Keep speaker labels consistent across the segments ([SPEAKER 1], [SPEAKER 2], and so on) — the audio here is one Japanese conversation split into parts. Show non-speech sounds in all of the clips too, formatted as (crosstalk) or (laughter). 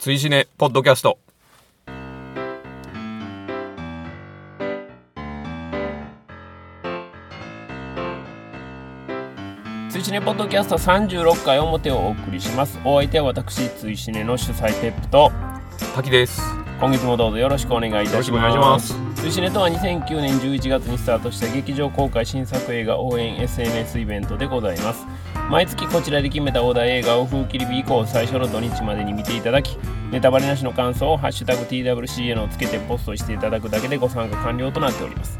[SPEAKER 1] 追試ねポッドキャスト
[SPEAKER 2] 追試ねポッドキャスト36回表をお送りしますお相手は私追試ねの主催ペップと
[SPEAKER 1] 滝です
[SPEAKER 2] 今月もどうぞよろしくお願いいたし
[SPEAKER 1] よろしくお願いし
[SPEAKER 2] ま
[SPEAKER 1] ますす
[SPEAKER 2] 追試ねとは2009年11月にスタートした劇場公開新作映画応援 SNS イベントでございます毎月こちらで決めたオーダー映画を風切り日以降最初の土日までに見ていただきネタバレなしの感想を「ハッシュタグ #TWCN」をつけてポストしていただくだけでご参加完了となっております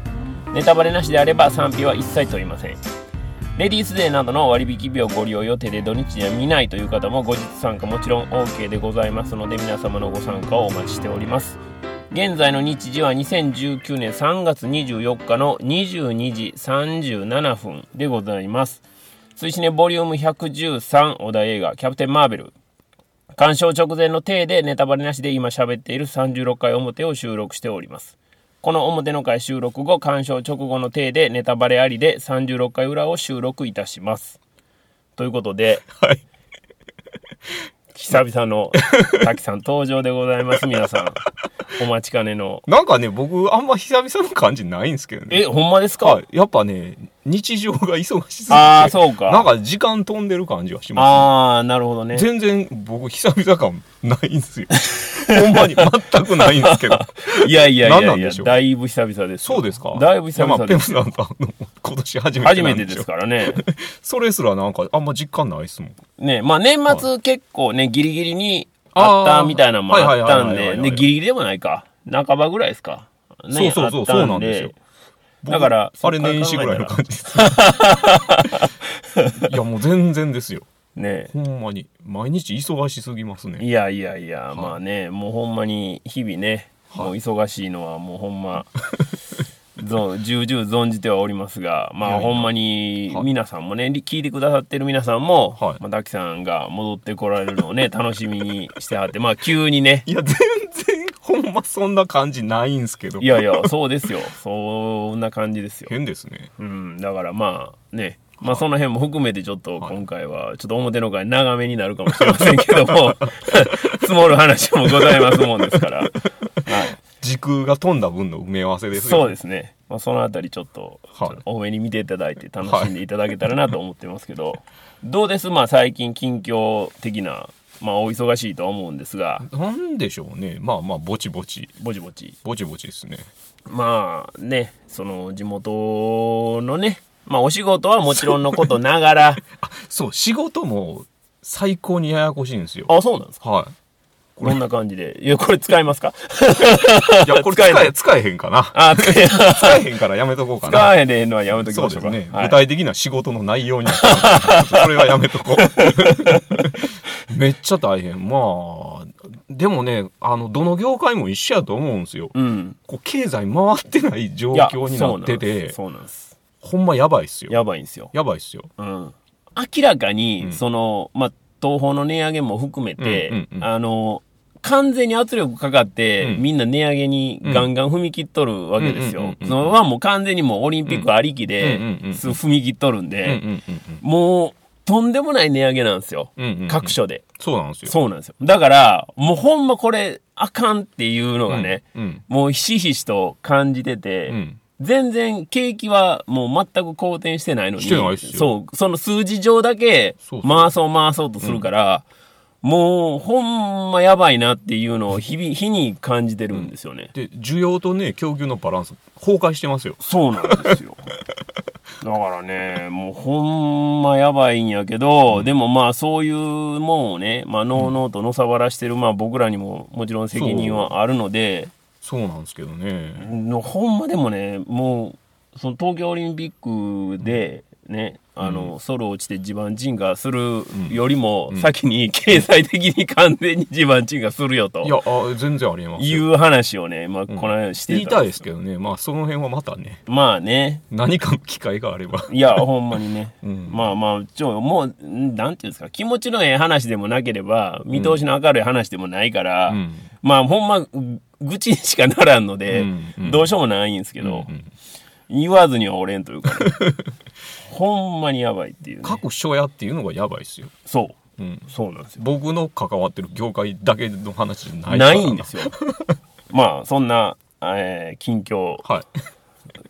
[SPEAKER 2] ネタバレなしであれば賛否は一切取りませんレディースデーなどの割引日をご利用予定で土日には見ないという方も後日参加もちろん OK でございますので皆様のご参加をお待ちしております現在の日時は2019年3月24日の22時37分でございます追試ねボリューム113お題映画「キャプテン・マーベル」鑑賞直前の体でネタバレなしで今喋っている36回表を収録しておりますこの表の回収録後鑑賞直後の体でネタバレありで36回裏を収録いたしますということで
[SPEAKER 1] はい
[SPEAKER 2] 久々の滝さん登場でございます皆さんお待ちかねの
[SPEAKER 1] なんかね僕あんま久々の感じないんですけどね
[SPEAKER 2] えほんまですか、
[SPEAKER 1] はいやっぱね日常が忙しすぎて
[SPEAKER 2] ああそうか
[SPEAKER 1] なんか時間飛んでる感じがしま
[SPEAKER 2] ああなるほどね
[SPEAKER 1] す全然僕久々感ないんですよほんまに全くないんです
[SPEAKER 2] (laughs)
[SPEAKER 1] けど
[SPEAKER 2] いやいやいや
[SPEAKER 1] 何ないん
[SPEAKER 2] や
[SPEAKER 1] でしょう
[SPEAKER 2] だいぶ久々ですよ
[SPEAKER 1] そうですか
[SPEAKER 2] だいぶ久
[SPEAKER 1] やま
[SPEAKER 2] 々
[SPEAKER 1] あペ
[SPEAKER 2] で
[SPEAKER 1] ム
[SPEAKER 2] す
[SPEAKER 1] さんの今年初めて
[SPEAKER 2] 初
[SPEAKER 1] な
[SPEAKER 2] め
[SPEAKER 1] んで
[SPEAKER 2] てで
[SPEAKER 1] しょ
[SPEAKER 2] すからね
[SPEAKER 1] (laughs) それすらなんかあんま実感ないっすもん
[SPEAKER 2] ねまあ年末結構ねギリギリにあったみたいなのもあったん
[SPEAKER 1] あーはいはいはいはいは
[SPEAKER 2] で
[SPEAKER 1] い
[SPEAKER 2] でギリギリでもないか半ばぐらいですかね
[SPEAKER 1] そうそうそう
[SPEAKER 2] あったで
[SPEAKER 1] そうなんですよ僕
[SPEAKER 2] だから
[SPEAKER 1] あれ年始ぐらいの感じです (laughs) いやもう全然ですよ
[SPEAKER 2] ね
[SPEAKER 1] ほんまに毎日忙しすぎますね
[SPEAKER 2] いやいやいやまあねもうほんまに日々ねもう忙しいのはもうほんま (laughs) ぞ重々存じてはおりますがま
[SPEAKER 1] い
[SPEAKER 2] あ
[SPEAKER 1] やいや
[SPEAKER 2] ほんまに
[SPEAKER 1] はい
[SPEAKER 2] 皆さんもねり聞いてくださってる皆さんも、
[SPEAKER 1] はい
[SPEAKER 2] まあ、滝さんが戻ってこられるのを
[SPEAKER 1] (laughs)
[SPEAKER 2] ね楽しみにしてはってまあ急にね
[SPEAKER 1] いや全然ほんまそんな感じないんすけど
[SPEAKER 2] いやいやそうですよそんな感じですよ、
[SPEAKER 1] 変ですね
[SPEAKER 2] うん、だからまあねまあその辺も含めてちょっと今回はちょっと表の回長めになるかもしれませんけども積もる話もございますもんですから。はい
[SPEAKER 1] 時空が飛んだ分の埋め合わせですよ
[SPEAKER 2] そうですね、まあ、そのあたりちょっと
[SPEAKER 1] はい
[SPEAKER 2] ちょっと多めに見ていただいて楽しんでいただけたらなと思ってますけど、どうですまあ最近近況的なまあお忙しいとは思うんですが
[SPEAKER 1] なんでしょうねまあまあぼちぼち
[SPEAKER 2] ぼちぼち
[SPEAKER 1] ぼちぼちですね
[SPEAKER 2] まあねその地元のねまあお仕事はもちろんのことながら、
[SPEAKER 1] あそう仕事も最高にややこしいんですよ
[SPEAKER 2] あそうなんですか
[SPEAKER 1] はい
[SPEAKER 2] こんな感じでいやこれ使いますか
[SPEAKER 1] いやこれ (laughs)
[SPEAKER 2] 使
[SPEAKER 1] 使
[SPEAKER 2] えない
[SPEAKER 1] え使えへんかな
[SPEAKER 2] あ使え
[SPEAKER 1] 使えへんからやめとこうかな
[SPEAKER 2] 使えねえのはやめとき
[SPEAKER 1] そう
[SPEAKER 2] ま
[SPEAKER 1] で
[SPEAKER 2] しょ
[SPEAKER 1] す
[SPEAKER 2] うか
[SPEAKER 1] ね、
[SPEAKER 2] はい
[SPEAKER 1] 具体的な仕事の内
[SPEAKER 2] (laughs)
[SPEAKER 1] 容になってますそれはやめとこう
[SPEAKER 2] (laughs)
[SPEAKER 1] めっちゃ大変まあでもねあのどの業界も一緒やと思うんですよ、
[SPEAKER 2] うん
[SPEAKER 1] こう経済回ってない状
[SPEAKER 2] いや
[SPEAKER 1] 況になってて
[SPEAKER 2] そうなんですそう
[SPEAKER 1] ほんまやばいっす
[SPEAKER 2] なんです
[SPEAKER 1] よや
[SPEAKER 2] やばいんですよ
[SPEAKER 1] ばいっすよ
[SPEAKER 2] うん、明らかに、
[SPEAKER 1] うん
[SPEAKER 2] その、まあ、東宝の値上げも含めて、
[SPEAKER 1] うんうんうん
[SPEAKER 2] あの、完全に圧力かかって、
[SPEAKER 1] うん
[SPEAKER 2] みんな値上げにガンガン踏み切っとるわけです
[SPEAKER 1] うんうん
[SPEAKER 2] よ
[SPEAKER 1] うん。うん
[SPEAKER 2] そのまあもう完全にもうオリンピックありきで
[SPEAKER 1] うんうんうんう、ん
[SPEAKER 2] す踏み切っと
[SPEAKER 1] う
[SPEAKER 2] るん
[SPEAKER 1] んうん
[SPEAKER 2] で、
[SPEAKER 1] うん
[SPEAKER 2] もう、とんでもない値上げなんですよ。
[SPEAKER 1] うんうんうん
[SPEAKER 2] 各所で。
[SPEAKER 1] そうなんですよ
[SPEAKER 2] そうなんですよ。だから、もうほんまこれ、あかんっていうのがね、
[SPEAKER 1] うん
[SPEAKER 2] もうひしひしと感じてて、
[SPEAKER 1] うん、うん
[SPEAKER 2] 全然景気はもう全く好転してないのに。
[SPEAKER 1] してないっすよ
[SPEAKER 2] そう。その数字上だけ
[SPEAKER 1] そうそう
[SPEAKER 2] 回そう回そうとするから、もうほんまやばいなっていうのを日々、日に感じてるんですよね。
[SPEAKER 1] で需要とね供給のバランス崩壊してますよ
[SPEAKER 2] そうなんですよ。 (laughs) だからね、もうほんまやばいんやけど、でもまあそういうもんをね、まあのうのうとのさばらしてるまあ僕らにももちろん責任はあるので、
[SPEAKER 1] そうなんですけどね
[SPEAKER 2] のほんまでもねもうその東京オリンピックでね、あのソロ落ちて地盤沈下するよりも、先に経済的に完全に地盤沈下するよと
[SPEAKER 1] いやあ全然ありえます
[SPEAKER 2] い
[SPEAKER 1] よ
[SPEAKER 2] う話をね、まあ、この間して
[SPEAKER 1] 言いたいですすけどねまあその辺はまたね
[SPEAKER 2] まあね
[SPEAKER 1] 何かの機会があれば
[SPEAKER 2] いやほんま
[SPEAKER 1] (laughs)
[SPEAKER 2] にね、
[SPEAKER 1] ん
[SPEAKER 2] まあまあちょもうんなんていうんですか気持ちのええ話でもなければ見通しの明るい話でもないから、
[SPEAKER 1] ん
[SPEAKER 2] まあほんまぐ愚痴にしかならんので、
[SPEAKER 1] うんうん
[SPEAKER 2] どうしようもないんですけど、
[SPEAKER 1] うんうん
[SPEAKER 2] 言わずにはお (laughs) れんというかね、ほんまにやばいっていうね
[SPEAKER 1] 各所やっていうのがやばいっすよ
[SPEAKER 2] そう
[SPEAKER 1] うん、
[SPEAKER 2] そうなんですよ
[SPEAKER 1] 僕の関わってる業界だけの話じゃない
[SPEAKER 2] ないんですすよまあそんな、えー近況 (laughs)
[SPEAKER 1] は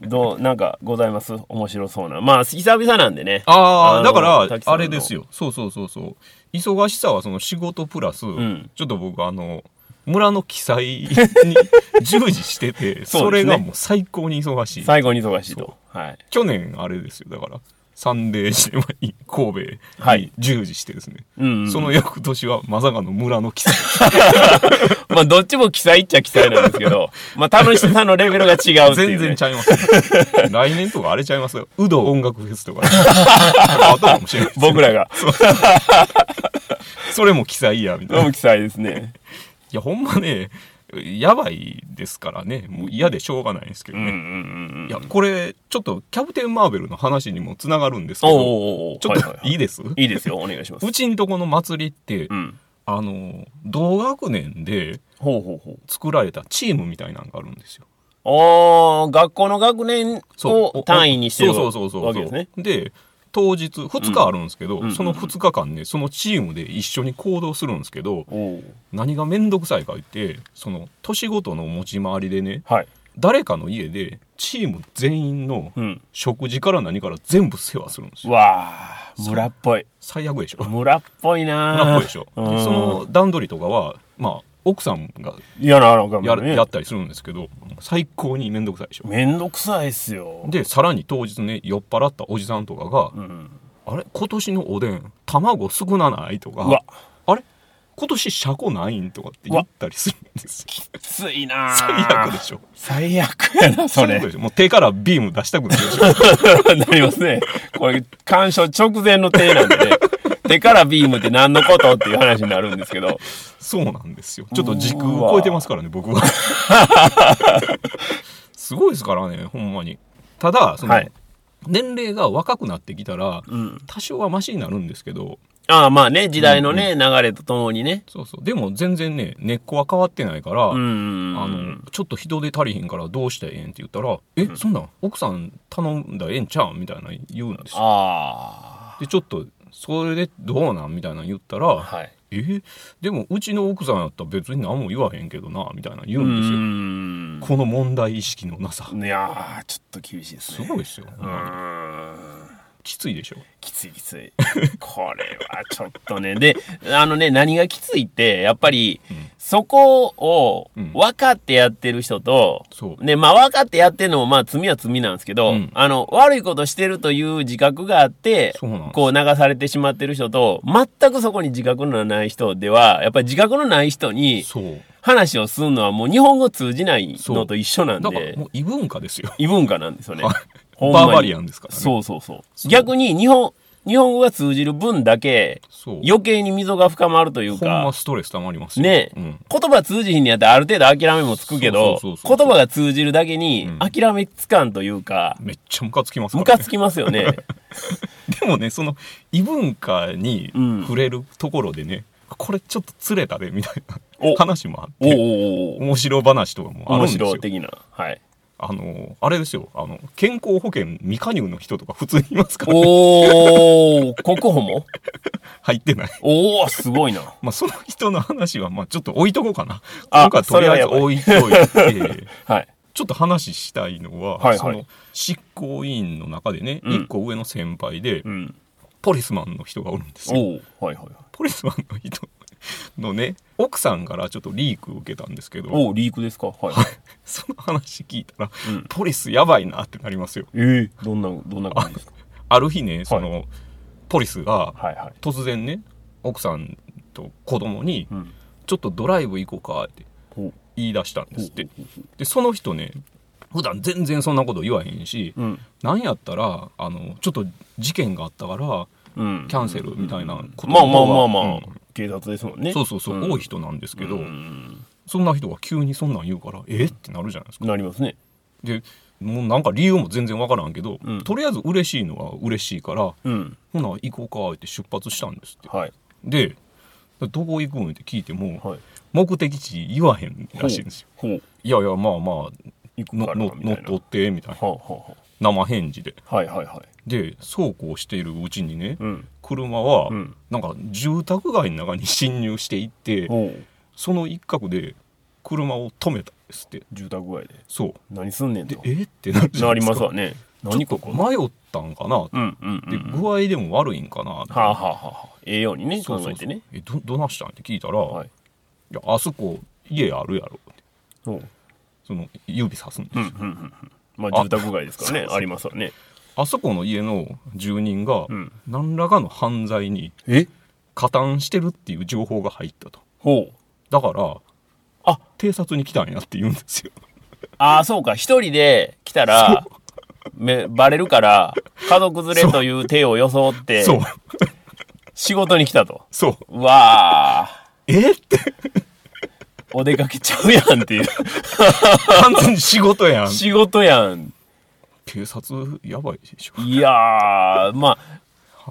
[SPEAKER 1] い
[SPEAKER 2] どうなんかございます面白そうなまあ久々なんでね
[SPEAKER 1] あ
[SPEAKER 2] の
[SPEAKER 1] あだか
[SPEAKER 2] 滝さ
[SPEAKER 1] ら
[SPEAKER 2] んの
[SPEAKER 1] あれですよそうそうそうそう忙しさはその仕事プラス、
[SPEAKER 2] ん
[SPEAKER 1] ちょっと僕あの村の記
[SPEAKER 2] (laughs)
[SPEAKER 1] 載に従事しててそ,、
[SPEAKER 2] そうで
[SPEAKER 1] れ
[SPEAKER 2] すね
[SPEAKER 1] がもう最高に忙しい
[SPEAKER 2] 最後に忙しいとはい
[SPEAKER 1] 去年あれですよだからサンデーシネマイン神戸
[SPEAKER 2] は
[SPEAKER 1] に
[SPEAKER 2] い
[SPEAKER 1] 従事してですね、
[SPEAKER 2] うんうん
[SPEAKER 1] その翌年はまさかの村の記載
[SPEAKER 2] まあどっちも記載っちゃ記載なんですけ (laughs) どまあ楽しさのレベルが違うっていう、ね、
[SPEAKER 1] 全然ちゃいます
[SPEAKER 2] (laughs)
[SPEAKER 1] ね来年とかあれちゃいますよウド音楽フェスと
[SPEAKER 2] (laughs)
[SPEAKER 1] かあとかもしれないですね
[SPEAKER 2] 僕らが
[SPEAKER 1] それも記載やみたいな
[SPEAKER 2] どうも記載ですね
[SPEAKER 1] いやほんまねやばいですからねもう嫌でしょうがないんですけど
[SPEAKER 2] うんうん
[SPEAKER 1] ね、
[SPEAKER 2] うんうん
[SPEAKER 1] いやこれちょっとキャプテン・マーベルの話にもつながるんですけ
[SPEAKER 2] おうお
[SPEAKER 1] ど
[SPEAKER 2] うおう
[SPEAKER 1] ちょっ
[SPEAKER 2] はいは
[SPEAKER 1] と
[SPEAKER 2] いはい
[SPEAKER 1] いいです、
[SPEAKER 2] いいですよお願いします
[SPEAKER 1] うちんとこの祭りって、
[SPEAKER 2] うん
[SPEAKER 1] あの同学年で
[SPEAKER 2] ほうほうほう
[SPEAKER 1] 作られたチームみたいなのがあるんですよ
[SPEAKER 2] おー学校の学年
[SPEAKER 1] お
[SPEAKER 2] を単位にしてる
[SPEAKER 1] そうそうそうそう
[SPEAKER 2] わけですね
[SPEAKER 1] で当日2日あるんですけど、
[SPEAKER 2] うんうん
[SPEAKER 1] その2日間ねそのチームで一緒に行動するんですけど
[SPEAKER 2] おう
[SPEAKER 1] 何が面倒くさいか言ってその年ごとの持ち回りでね
[SPEAKER 2] はい
[SPEAKER 1] 誰かの家でチーム全員の
[SPEAKER 2] うん
[SPEAKER 1] 食事から何から全部世話するんですよ
[SPEAKER 2] わあ村っぽい
[SPEAKER 1] 最悪でしょ
[SPEAKER 2] 村っぽいな
[SPEAKER 1] 村っぽいでしょ
[SPEAKER 2] う
[SPEAKER 1] で
[SPEAKER 2] ん
[SPEAKER 1] その段取りとかはまあ奥さんが
[SPEAKER 2] 嫌なのか
[SPEAKER 1] や,、
[SPEAKER 2] もね
[SPEAKER 1] やったりするんですけど最高に面倒くさいでしょ
[SPEAKER 2] めんどくさいっすよ
[SPEAKER 1] でさらに当日ね酔っ払ったおじさんとかが
[SPEAKER 2] うん
[SPEAKER 1] 「あれ今年のおでん卵少なない?」と
[SPEAKER 2] うわ
[SPEAKER 1] か「あれ今年車庫ないん?」とかって言ったりするんですよ
[SPEAKER 2] きついな
[SPEAKER 1] 最悪でしょ
[SPEAKER 2] 最悪やなそ
[SPEAKER 1] 最悪
[SPEAKER 2] れ
[SPEAKER 1] でしょもう手からビーム出したくないでしょ
[SPEAKER 2] (laughs) なりますねこれ鑑賞直前の手なんで
[SPEAKER 1] (laughs)
[SPEAKER 2] ね手からビームって何のことっていう話になるんですけど
[SPEAKER 1] そうなんですよ。ちょっと時空を超えてますからね、僕は。
[SPEAKER 2] (laughs)
[SPEAKER 1] すごいですからね、ほんまに。ただ、その、
[SPEAKER 2] はい
[SPEAKER 1] 年齢が若くなってきたら、
[SPEAKER 2] うん
[SPEAKER 1] 多少はマシになるんですけど、
[SPEAKER 2] ああまあね時代のね、流れとともにね
[SPEAKER 1] そうそう。でも全然ね、根っこは変わってないから、
[SPEAKER 2] うん
[SPEAKER 1] あの、ちょっと人手足りひんからどうしたらええんって言ったら、え、そんなん奥さん頼んだらええんちゃうんみたいな言うんですよ。
[SPEAKER 2] あ
[SPEAKER 1] で、ちょっと、それでどうなんみたいな言ったら、
[SPEAKER 2] あはい
[SPEAKER 1] え、でもうちの奥さんやったら別に何も言わへんけどな、みたいな言
[SPEAKER 2] う
[SPEAKER 1] うんですよ。
[SPEAKER 2] ん
[SPEAKER 1] この問題意識のなさ。
[SPEAKER 2] いやーちょっと厳しいです
[SPEAKER 1] す
[SPEAKER 2] ね
[SPEAKER 1] ごいですよ。
[SPEAKER 2] うん
[SPEAKER 1] きついでしょ。
[SPEAKER 2] きついきつい (laughs) これはちょっとねであのね何がきついってやっぱり、そこを
[SPEAKER 1] うん
[SPEAKER 2] 分かってやってる人と、
[SPEAKER 1] そう
[SPEAKER 2] ねまあ分かってやってるのもまあ罪は罪なんですけど、
[SPEAKER 1] うん
[SPEAKER 2] あの悪いことしてるという自覚があって
[SPEAKER 1] そうなんです
[SPEAKER 2] こう流されてしまってる人と全くそこに自覚のない人ではやっぱり自覚のない人に
[SPEAKER 1] そう。
[SPEAKER 2] 話をするのはもう日本語通じないのと一緒なん
[SPEAKER 1] だから
[SPEAKER 2] で
[SPEAKER 1] もう異文化ですよ。
[SPEAKER 2] 異文化なんですよね。ほん
[SPEAKER 1] (laughs)
[SPEAKER 2] ま
[SPEAKER 1] バ
[SPEAKER 2] に
[SPEAKER 1] ーバリアンですからね。
[SPEAKER 2] そうそうそう
[SPEAKER 1] そう
[SPEAKER 2] 逆に日本日本語が通じる分だけ
[SPEAKER 1] そう。
[SPEAKER 2] 余計に溝が深まるという
[SPEAKER 1] ほんま
[SPEAKER 2] か
[SPEAKER 1] ストレス溜まりますよ
[SPEAKER 2] ね、
[SPEAKER 1] うん。
[SPEAKER 2] 言葉通じひんにやったらある程度諦めもつくけ
[SPEAKER 1] そう
[SPEAKER 2] ど
[SPEAKER 1] そう
[SPEAKER 2] 言
[SPEAKER 1] そうそう
[SPEAKER 2] 葉が通じるだけに
[SPEAKER 1] うん
[SPEAKER 2] 諦めつかんというか、
[SPEAKER 1] めっちゃムカつきますか
[SPEAKER 2] ム
[SPEAKER 1] ら、
[SPEAKER 2] カ
[SPEAKER 1] ね。
[SPEAKER 2] つきますよね
[SPEAKER 1] (laughs) でもね、その異文化に
[SPEAKER 2] うん
[SPEAKER 1] 触れるところでね、これちょっと釣れたでみたいな
[SPEAKER 2] お
[SPEAKER 1] 話もあっ
[SPEAKER 2] おう
[SPEAKER 1] て、
[SPEAKER 2] おうおう
[SPEAKER 1] 面白話とかもあるん
[SPEAKER 2] 面
[SPEAKER 1] ですよ
[SPEAKER 2] 白。的なはい
[SPEAKER 1] あの、あれですよ。あの、健康保険未加入の人とか普通にいますから、
[SPEAKER 2] おお国保も
[SPEAKER 1] 入ってない。
[SPEAKER 2] おおすごいな
[SPEAKER 1] まあ、その人の話は、まあ、ちょっと置いとこうかな。
[SPEAKER 2] あ
[SPEAKER 1] 今回とりあえず置いといて。
[SPEAKER 2] (laughs) はい
[SPEAKER 1] ちょっと話したいのは、
[SPEAKER 2] はいはい
[SPEAKER 1] その執行委員の中でね、
[SPEAKER 2] うん
[SPEAKER 1] 一個上の先輩で、
[SPEAKER 2] うん
[SPEAKER 1] ポリスマンの人がおるんですよ。
[SPEAKER 2] おうはいはいはい
[SPEAKER 1] ポリスマンの人のね、奥さんからちょっとリークを受けたんですけど、
[SPEAKER 2] おうリークですかはい、はい、
[SPEAKER 1] その話聞いたら、
[SPEAKER 2] うん
[SPEAKER 1] ポリスやばいなってなりますよ。
[SPEAKER 2] えーどんなどんな感じですか
[SPEAKER 1] ある日ね、その、ポリスが
[SPEAKER 2] (laughs) はいはい
[SPEAKER 1] 突然ね、奥さんと子供に、
[SPEAKER 2] うん
[SPEAKER 1] ちょっとドライブ行こうかって
[SPEAKER 2] おう
[SPEAKER 1] 言い出したんですって。で、その人ね、普段全然そんなこと言わへんし、
[SPEAKER 2] うん
[SPEAKER 1] なんやったらあのちょっと事件があったから
[SPEAKER 2] うん
[SPEAKER 1] キャンセルみたいなこと
[SPEAKER 2] まあまあまあまあ、
[SPEAKER 1] うん
[SPEAKER 2] 警察ですもんね
[SPEAKER 1] そうそうそう、
[SPEAKER 2] ん
[SPEAKER 1] 多い人なんですけど、
[SPEAKER 2] うん
[SPEAKER 1] そんな人が急にそんなん言うからえってなるじゃないですか
[SPEAKER 2] なりますね
[SPEAKER 1] でもうなんか理由も全然わからんけど、
[SPEAKER 2] うん
[SPEAKER 1] とりあえず嬉しいのは嬉しいから
[SPEAKER 2] うん
[SPEAKER 1] ほな行こうかって出発したんですって
[SPEAKER 2] はい
[SPEAKER 1] でどこ行くんって聞いても
[SPEAKER 2] はい
[SPEAKER 1] 目的地言わへんらしいんですよ
[SPEAKER 2] ほう
[SPEAKER 1] いやいやまあまあ
[SPEAKER 2] 行く
[SPEAKER 1] の
[SPEAKER 2] から
[SPEAKER 1] の
[SPEAKER 2] みた
[SPEAKER 1] 乗
[SPEAKER 2] い
[SPEAKER 1] っ
[SPEAKER 2] な
[SPEAKER 1] 取ってみたいな
[SPEAKER 2] はあは
[SPEAKER 1] 生返事で
[SPEAKER 2] あはあはいはいはい
[SPEAKER 1] でそうこうしているうちにね
[SPEAKER 2] うん
[SPEAKER 1] 車は
[SPEAKER 2] うん
[SPEAKER 1] なんか住宅街の中に侵入していって
[SPEAKER 2] おう
[SPEAKER 1] その一角で車を止めたんですって
[SPEAKER 2] 住宅街で
[SPEAKER 1] そう
[SPEAKER 2] 何すんねん
[SPEAKER 1] で
[SPEAKER 2] と
[SPEAKER 1] えーってなるじゃ
[SPEAKER 2] な
[SPEAKER 1] ない
[SPEAKER 2] り
[SPEAKER 1] ですか
[SPEAKER 2] ますわね何
[SPEAKER 1] ちょ
[SPEAKER 2] こ
[SPEAKER 1] っと
[SPEAKER 2] こ
[SPEAKER 1] 迷ったんかなっ
[SPEAKER 2] うんうんう
[SPEAKER 1] て
[SPEAKER 2] ん
[SPEAKER 1] 具合でも悪いんかなって
[SPEAKER 2] はあはあはあはあええようにね
[SPEAKER 1] そう
[SPEAKER 2] 考
[SPEAKER 1] そうそう
[SPEAKER 2] えてね
[SPEAKER 1] えどどなしたんって聞いたら、
[SPEAKER 2] はいい、
[SPEAKER 1] やあそこ家あるやろって
[SPEAKER 2] おう
[SPEAKER 1] その指さすんです
[SPEAKER 2] うんうんうんうんまあ
[SPEAKER 1] あ
[SPEAKER 2] 住宅街ですからねありますわね
[SPEAKER 1] あそこの家の住人が
[SPEAKER 2] うん
[SPEAKER 1] 何らかの犯罪に
[SPEAKER 2] え
[SPEAKER 1] 加担してるっていう情報が入ったと
[SPEAKER 2] ほう
[SPEAKER 1] だから
[SPEAKER 2] あ
[SPEAKER 1] 偵察に来たんやって言うんですよ
[SPEAKER 2] ああそうか一人で来たらめバレるから家族連れという手を装って
[SPEAKER 1] そう
[SPEAKER 2] 仕事に来たと
[SPEAKER 1] そう
[SPEAKER 2] うわあ
[SPEAKER 1] えって
[SPEAKER 2] お出かけちゃうやん
[SPEAKER 1] (laughs)
[SPEAKER 2] っていう
[SPEAKER 1] 完全に仕事やん
[SPEAKER 2] 仕事やん
[SPEAKER 1] 警察やばいでしょ
[SPEAKER 2] いやーまあ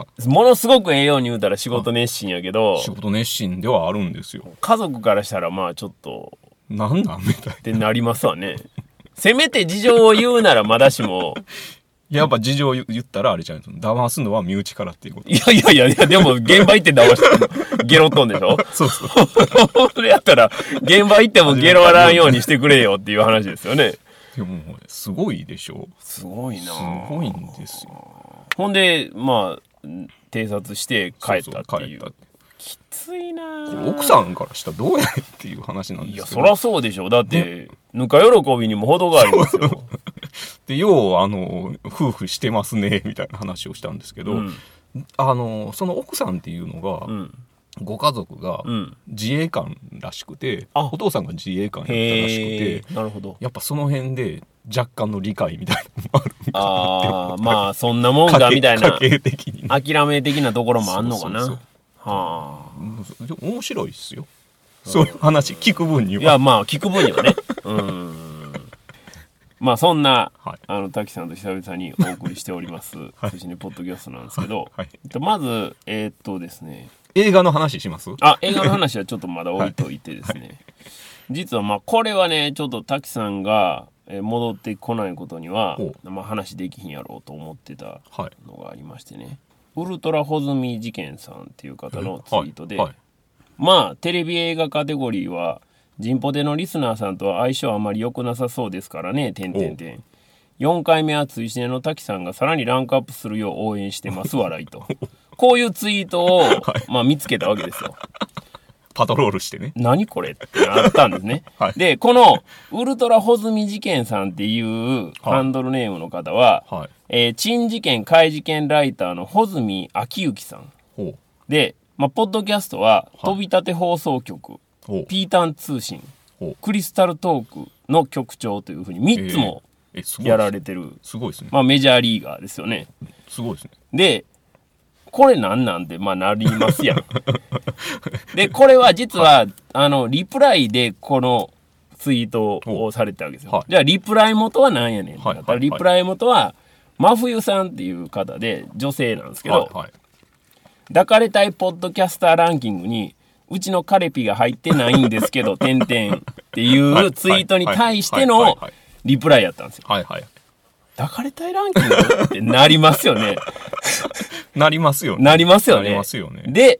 [SPEAKER 1] は
[SPEAKER 2] ものすごくええように言うたら仕事熱心やけど
[SPEAKER 1] 仕事熱心ではあるんですよ
[SPEAKER 2] 家族からしたらまあちょっと
[SPEAKER 1] なんなんみたい
[SPEAKER 2] ってなりますわねせめて事情を言うならまだしも
[SPEAKER 1] (laughs) なやっぱ事情言言ったらあれじゃないですか騙すのは身内からっていうこと
[SPEAKER 2] いやいやいやいやでも現場行って騙してゲロっとんでしょ
[SPEAKER 1] そうそう
[SPEAKER 2] それやったら、現場行ってもゲロ笑わんようにしてくれよっていう話ですよね。
[SPEAKER 1] でももうすごいでしょ
[SPEAKER 2] すごい
[SPEAKER 1] すごいんですよ
[SPEAKER 2] ほんで、まあ、ん偵察して帰ったっていう。
[SPEAKER 1] そうそう帰って
[SPEAKER 2] きついな
[SPEAKER 1] こ
[SPEAKER 2] ぁ
[SPEAKER 1] れ奥さんからしたらどうやねんっていう話なん
[SPEAKER 2] い
[SPEAKER 1] で
[SPEAKER 2] や、
[SPEAKER 1] すけ
[SPEAKER 2] そ
[SPEAKER 1] ど
[SPEAKER 2] らそうでしょ。だって、ぬか喜びにも程がありますよ。
[SPEAKER 1] でようあの夫婦してますねみたいな話をしたんですけど、
[SPEAKER 2] うん。
[SPEAKER 1] あのその奥さんっていうのが、
[SPEAKER 2] うん。
[SPEAKER 1] ご家族が
[SPEAKER 2] うん。
[SPEAKER 1] 自衛官らしくて、
[SPEAKER 2] あ
[SPEAKER 1] お父さんが自衛官やったらしく
[SPEAKER 2] へ
[SPEAKER 1] て
[SPEAKER 2] え。なる
[SPEAKER 1] (laughs)
[SPEAKER 2] ほど。
[SPEAKER 1] やっぱその辺で若干の理解みたいなのもあるん
[SPEAKER 2] ああ、まあ、そんなもん
[SPEAKER 1] か
[SPEAKER 2] かみたいな
[SPEAKER 1] 家、計的にね
[SPEAKER 2] 諦め的なところもあんのかな。
[SPEAKER 1] そうそう
[SPEAKER 2] はあ。
[SPEAKER 1] でも面白いっすよそういう話聞く分に
[SPEAKER 2] い
[SPEAKER 1] は
[SPEAKER 2] や、まあ、聞く分にはね。
[SPEAKER 1] (laughs)
[SPEAKER 2] うん。まあ、そんな、
[SPEAKER 1] はい
[SPEAKER 2] あの滝さんと久々にお送りしております
[SPEAKER 1] (laughs)
[SPEAKER 2] 「
[SPEAKER 1] はい
[SPEAKER 2] 寿司にポッドキャスト」なんですけど、
[SPEAKER 1] はい
[SPEAKER 2] えっとまずえーっとですね
[SPEAKER 1] 映画の話します
[SPEAKER 2] あ映画の話はちょっとまだ置いといてですね、実はまあこれはねちょっと滝さんがえー戻ってこないことには
[SPEAKER 1] ほ、
[SPEAKER 2] まあ、話できひんやろうと思ってた
[SPEAKER 1] はい
[SPEAKER 2] のがありましてねウルトラホズミ事件さんっていう方のツイートで、
[SPEAKER 1] はいはい
[SPEAKER 2] まあテレビ映画カテゴリーはジンポテのリスナーさんとは相性あまり良くなさそうですからね、点点点。4回目は追試の滝さんがさらにランクアップするよう応援してます、笑いと。こういうツイートを、まあ見つけたわけですよ。
[SPEAKER 1] パトロールしてね
[SPEAKER 2] 何これってなったんですね。
[SPEAKER 1] はい
[SPEAKER 2] で、このウルトラホズミ事件さんっていうハンドルネームの方は、
[SPEAKER 1] はい
[SPEAKER 2] えー、珍事件、怪事件ライターの穂積昭之さん。
[SPEAKER 1] ほう
[SPEAKER 2] で、まあ、ポッドキャストは、
[SPEAKER 1] い
[SPEAKER 2] 飛び立て放送局、
[SPEAKER 1] ほう
[SPEAKER 2] ピータン通信、
[SPEAKER 1] ほう
[SPEAKER 2] クリスタルトークの局長というふうに3つも
[SPEAKER 1] えーえすごい
[SPEAKER 2] やられてる、
[SPEAKER 1] すごいですね
[SPEAKER 2] まあ、メジャーリーガーですよね。
[SPEAKER 1] すごいですね
[SPEAKER 2] で、これなんなんで、まあ、なりま
[SPEAKER 1] (laughs)
[SPEAKER 2] すやん。で、これは実は、あの、リプライでこのツイートをされてたわけですよ。
[SPEAKER 1] はい
[SPEAKER 2] じゃあ、リプライ元は何やねんってなったら、
[SPEAKER 1] はいはいはい
[SPEAKER 2] リプライ元は、真冬さんっていう方で、女性なんですけど、
[SPEAKER 1] はいはい
[SPEAKER 2] 抱かれたいポッドキャスターランキングに、うちのカレピが入ってないんです
[SPEAKER 1] (laughs)
[SPEAKER 2] けど、点々っていうツイートに対して
[SPEAKER 1] はいはい
[SPEAKER 2] の
[SPEAKER 1] はいはい
[SPEAKER 2] リプライやったんですよ。
[SPEAKER 1] はいはい
[SPEAKER 2] 抱かれたいランキングってなりますよね。
[SPEAKER 1] なりますよね
[SPEAKER 2] なりますよね。
[SPEAKER 1] なりますよね
[SPEAKER 2] で、